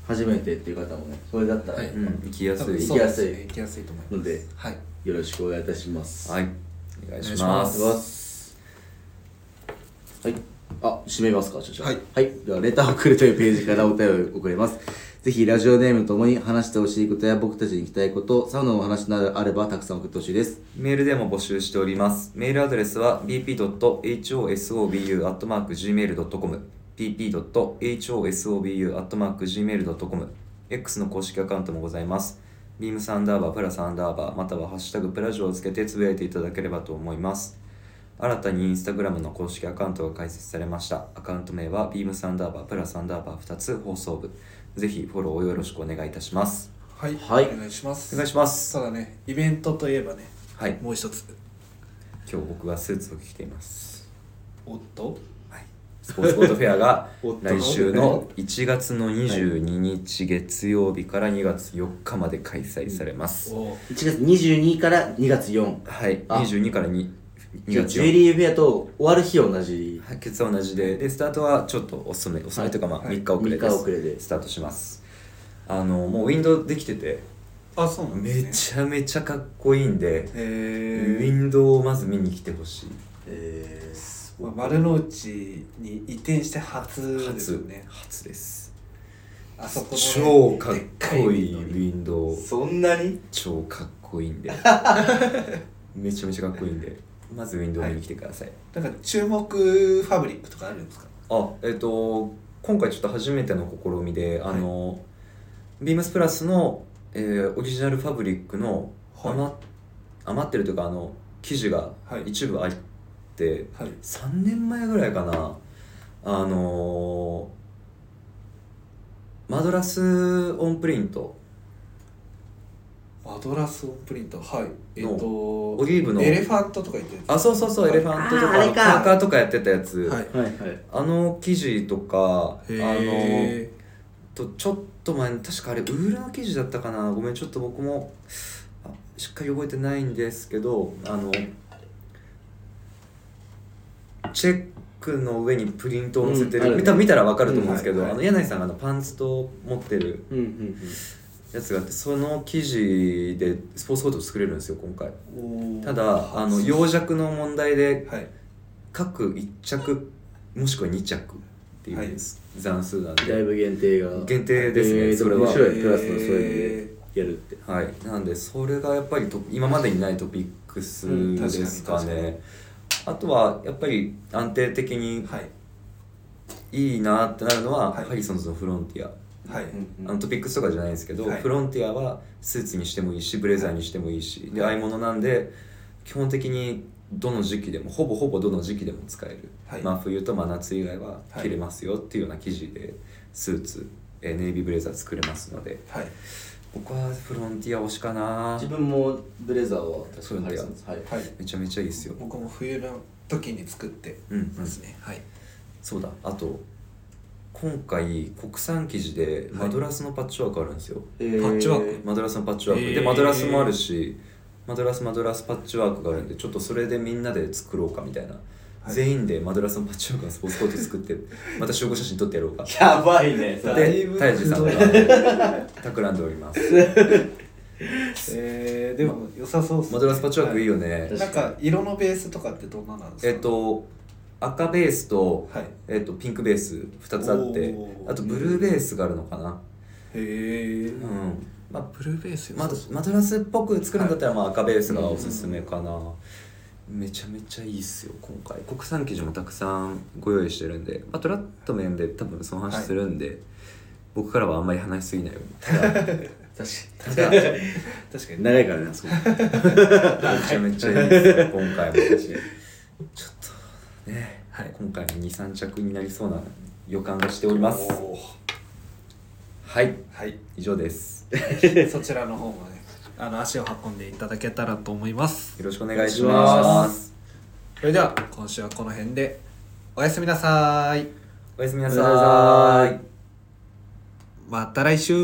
Speaker 2: 初めてっていう方もねそれだったら、
Speaker 1: はいう
Speaker 3: うん行きやす
Speaker 1: 多分
Speaker 3: い
Speaker 1: そう
Speaker 2: 行
Speaker 1: で
Speaker 2: きやすい
Speaker 1: ね行きやすいと思います
Speaker 2: ので
Speaker 1: はい
Speaker 2: よろしくお願いいたします
Speaker 3: はいお願いし
Speaker 1: お願いし
Speaker 3: ま
Speaker 1: ますす
Speaker 4: はい。
Speaker 2: あ、締めますか、ちょちょ。
Speaker 1: はい。
Speaker 4: はい。では、レターを送るというページからお便りを送れます。ぜひ、ラジオネームともに話してほしいことや、僕たちに聞きたいこと、サウナのお話などあれば、たくさん送ってほしいです。
Speaker 3: メールでも募集しております。メールアドレスは bp.hosobu.gmail.com bp.hosobu.gmail.com X の公式アカウントもございます。ビームサンダーバー、プラサンダーバー、またはハッシュタグプラジオをつけてつぶやいていただければと思います。新たにインスタグラムの公式アカウントが開設されました。アカウント名はビームサンダーバー、プラサンダーバー2つ放送部。ぜひフォローをよろしくお願いいたします。
Speaker 1: はい、
Speaker 4: はい
Speaker 1: お願いします
Speaker 3: お願いします
Speaker 1: ただねイベントといえばね
Speaker 3: はい。
Speaker 1: もう一つ
Speaker 3: 今日僕はスーツを着ています。
Speaker 1: おっと
Speaker 3: スポーツコートフェアが
Speaker 1: おっと
Speaker 3: 来週の1月の22日月曜日から2月4日まで開催されます。
Speaker 1: お
Speaker 4: 1月22から2月4。
Speaker 3: はい、
Speaker 4: あ
Speaker 3: 22から2 2月
Speaker 4: ジュエ
Speaker 3: 4日。
Speaker 4: リーフェアと終わる日同じ。
Speaker 3: はい、決は同じで、で、スタートはちょっと遅め、遅めというか、まあ、
Speaker 1: はい
Speaker 3: 3日遅れで
Speaker 4: 3
Speaker 3: す。
Speaker 4: 日遅れで
Speaker 3: スタートします。あの、もうウィンドウできてて、
Speaker 1: あそうなんです
Speaker 3: め
Speaker 1: ね
Speaker 3: ちゃめちゃかっこいいんで、ウ
Speaker 1: え
Speaker 3: ィンドウをまず見に来てほしい。
Speaker 4: えー、
Speaker 1: ーまあ、丸の内に移転して初ですよ
Speaker 3: 初
Speaker 1: ね、
Speaker 3: 初です。
Speaker 1: あそこの
Speaker 3: 超
Speaker 1: ね
Speaker 3: かっ
Speaker 1: で
Speaker 3: こ
Speaker 1: かウ
Speaker 3: いい
Speaker 1: ィ
Speaker 3: ウ
Speaker 1: ンドウに
Speaker 3: ィンドウ。
Speaker 4: そんなに
Speaker 3: 超かっこいいんでめちゃめちゃかっこいいんでまずウィンドウに来てください、
Speaker 1: なんか注目ファブリックとかあるんですか
Speaker 3: あえっ、と今回ちょっと初めての試みであの、ビームスプラスの、えーオリジナルファブリックの
Speaker 1: はい
Speaker 3: 余,、余ってるというかあの生地が
Speaker 1: はい
Speaker 3: 一部あって、
Speaker 1: はい
Speaker 3: 3年前ぐらいかなあのーマドラスオンプリント
Speaker 1: マドラスオンプリントはいえっ、
Speaker 3: の
Speaker 1: と
Speaker 3: オリーブの
Speaker 1: エレファントとか言ってるや
Speaker 3: あそうそうそうエレファントと
Speaker 4: あーあれ
Speaker 3: か
Speaker 4: か
Speaker 3: パーカーとかやってたやつ、
Speaker 1: つはい
Speaker 4: はいはい
Speaker 3: あの生地とかあのー
Speaker 1: へ
Speaker 3: とちょっと前に確かあれウールの生地だったかなごめんちょっと僕もあしっかり覚えてないんですけどあのチェックの上にプリントを載せてる、
Speaker 4: うん
Speaker 3: 見た見たら分かると思うんですけど、
Speaker 4: うんはいはい
Speaker 3: あの柳井さんがあのパンツと持ってる
Speaker 4: うんうんうん
Speaker 3: やつがあってその生地でスポーツコート作れるんですよ今回
Speaker 1: ーおー
Speaker 3: ただあの洋着の問題で
Speaker 1: はい
Speaker 3: 各1着もしくは2着っていう残数なんで、
Speaker 4: だいぶ限定が
Speaker 3: 限定ですね
Speaker 4: えー
Speaker 3: それは
Speaker 4: 面白いプラスのそういうのでやるって
Speaker 3: はい、なんでそれがやっぱりト今までにないトピックス
Speaker 1: うん確かに
Speaker 3: ですか
Speaker 1: 確か
Speaker 3: ね、あとはやっぱり安定的に
Speaker 1: はい
Speaker 3: いいなってなるのは、
Speaker 1: はい
Speaker 3: ハリソンズのフロンティア、
Speaker 1: はい、
Speaker 3: あのトピックスとかじゃないんですけど、
Speaker 1: はい
Speaker 3: フロンティアはスーツにしてもいいしブレザーにしてもいいし、で合い物なんで基本的にどの時期でもほぼほぼどの時期でも使える、
Speaker 1: はい
Speaker 3: 真冬と真夏以外は
Speaker 1: はい
Speaker 3: 着れますよっていうような生地でスーツ、えーネイビーブレザー作れますので
Speaker 1: はい
Speaker 3: 僕はフロンティア推しかな
Speaker 4: 自分もブレザーは確
Speaker 3: そうなんだよ
Speaker 4: はい
Speaker 1: はい
Speaker 3: めちゃめちゃいいですよ
Speaker 1: 僕も冬の時に作って
Speaker 3: うんうん
Speaker 1: ますね、 はい
Speaker 3: そうだあと今回国産生地でマドラスのパッチワークあるんですよ、
Speaker 4: えー
Speaker 1: パッチワーク
Speaker 3: マドラスのパッチワーク、
Speaker 1: え
Speaker 3: で
Speaker 1: ー
Speaker 3: マドラスもあるしマドラスマドラスパッチワークがあるんでちょっとそれでみんなで作ろうかみたいな、
Speaker 1: い
Speaker 3: 全員でマドラスのパッチワークのスポーツコート作って また集合写真撮ってやろうか
Speaker 4: やばいねそれ
Speaker 1: だい
Speaker 3: で
Speaker 1: ぶ
Speaker 3: 太地さん が企んでおります
Speaker 1: えー、でも良さそうっすね
Speaker 3: マドラスパッチワークいいよね、
Speaker 1: はいなんか色のベースとかってどんななんですか
Speaker 3: えっと赤ベースと,、
Speaker 1: はい
Speaker 3: えっとピンクベース2つあって
Speaker 1: おー
Speaker 3: あとブルーベースがあるのかな、
Speaker 1: へえ
Speaker 3: うんまあ
Speaker 1: ブルーベース
Speaker 3: マドマドラスっぽく作るんだったらまあ赤ベースがおすすめかな、めちゃめちゃいいっすよ今回国産生地もたくさんご用意してるんで、まあ、トラット面で多分その話するんで、僕からはあんまり話しすぎないように
Speaker 1: 確かに確かに
Speaker 4: 長いからねあそこ
Speaker 3: ただめちゃめちゃいいっすよ 今回もちょっとね、今回も23着になりそうな予感がしております
Speaker 1: おー
Speaker 3: はい
Speaker 1: はい
Speaker 3: 以上ですよ
Speaker 1: そちらの方もねあの足を運んでいただけたらと思います
Speaker 3: ろしくお願いします
Speaker 1: それでは今週はこの辺でおやすみなさーい
Speaker 3: おやすみなさーい
Speaker 1: また来週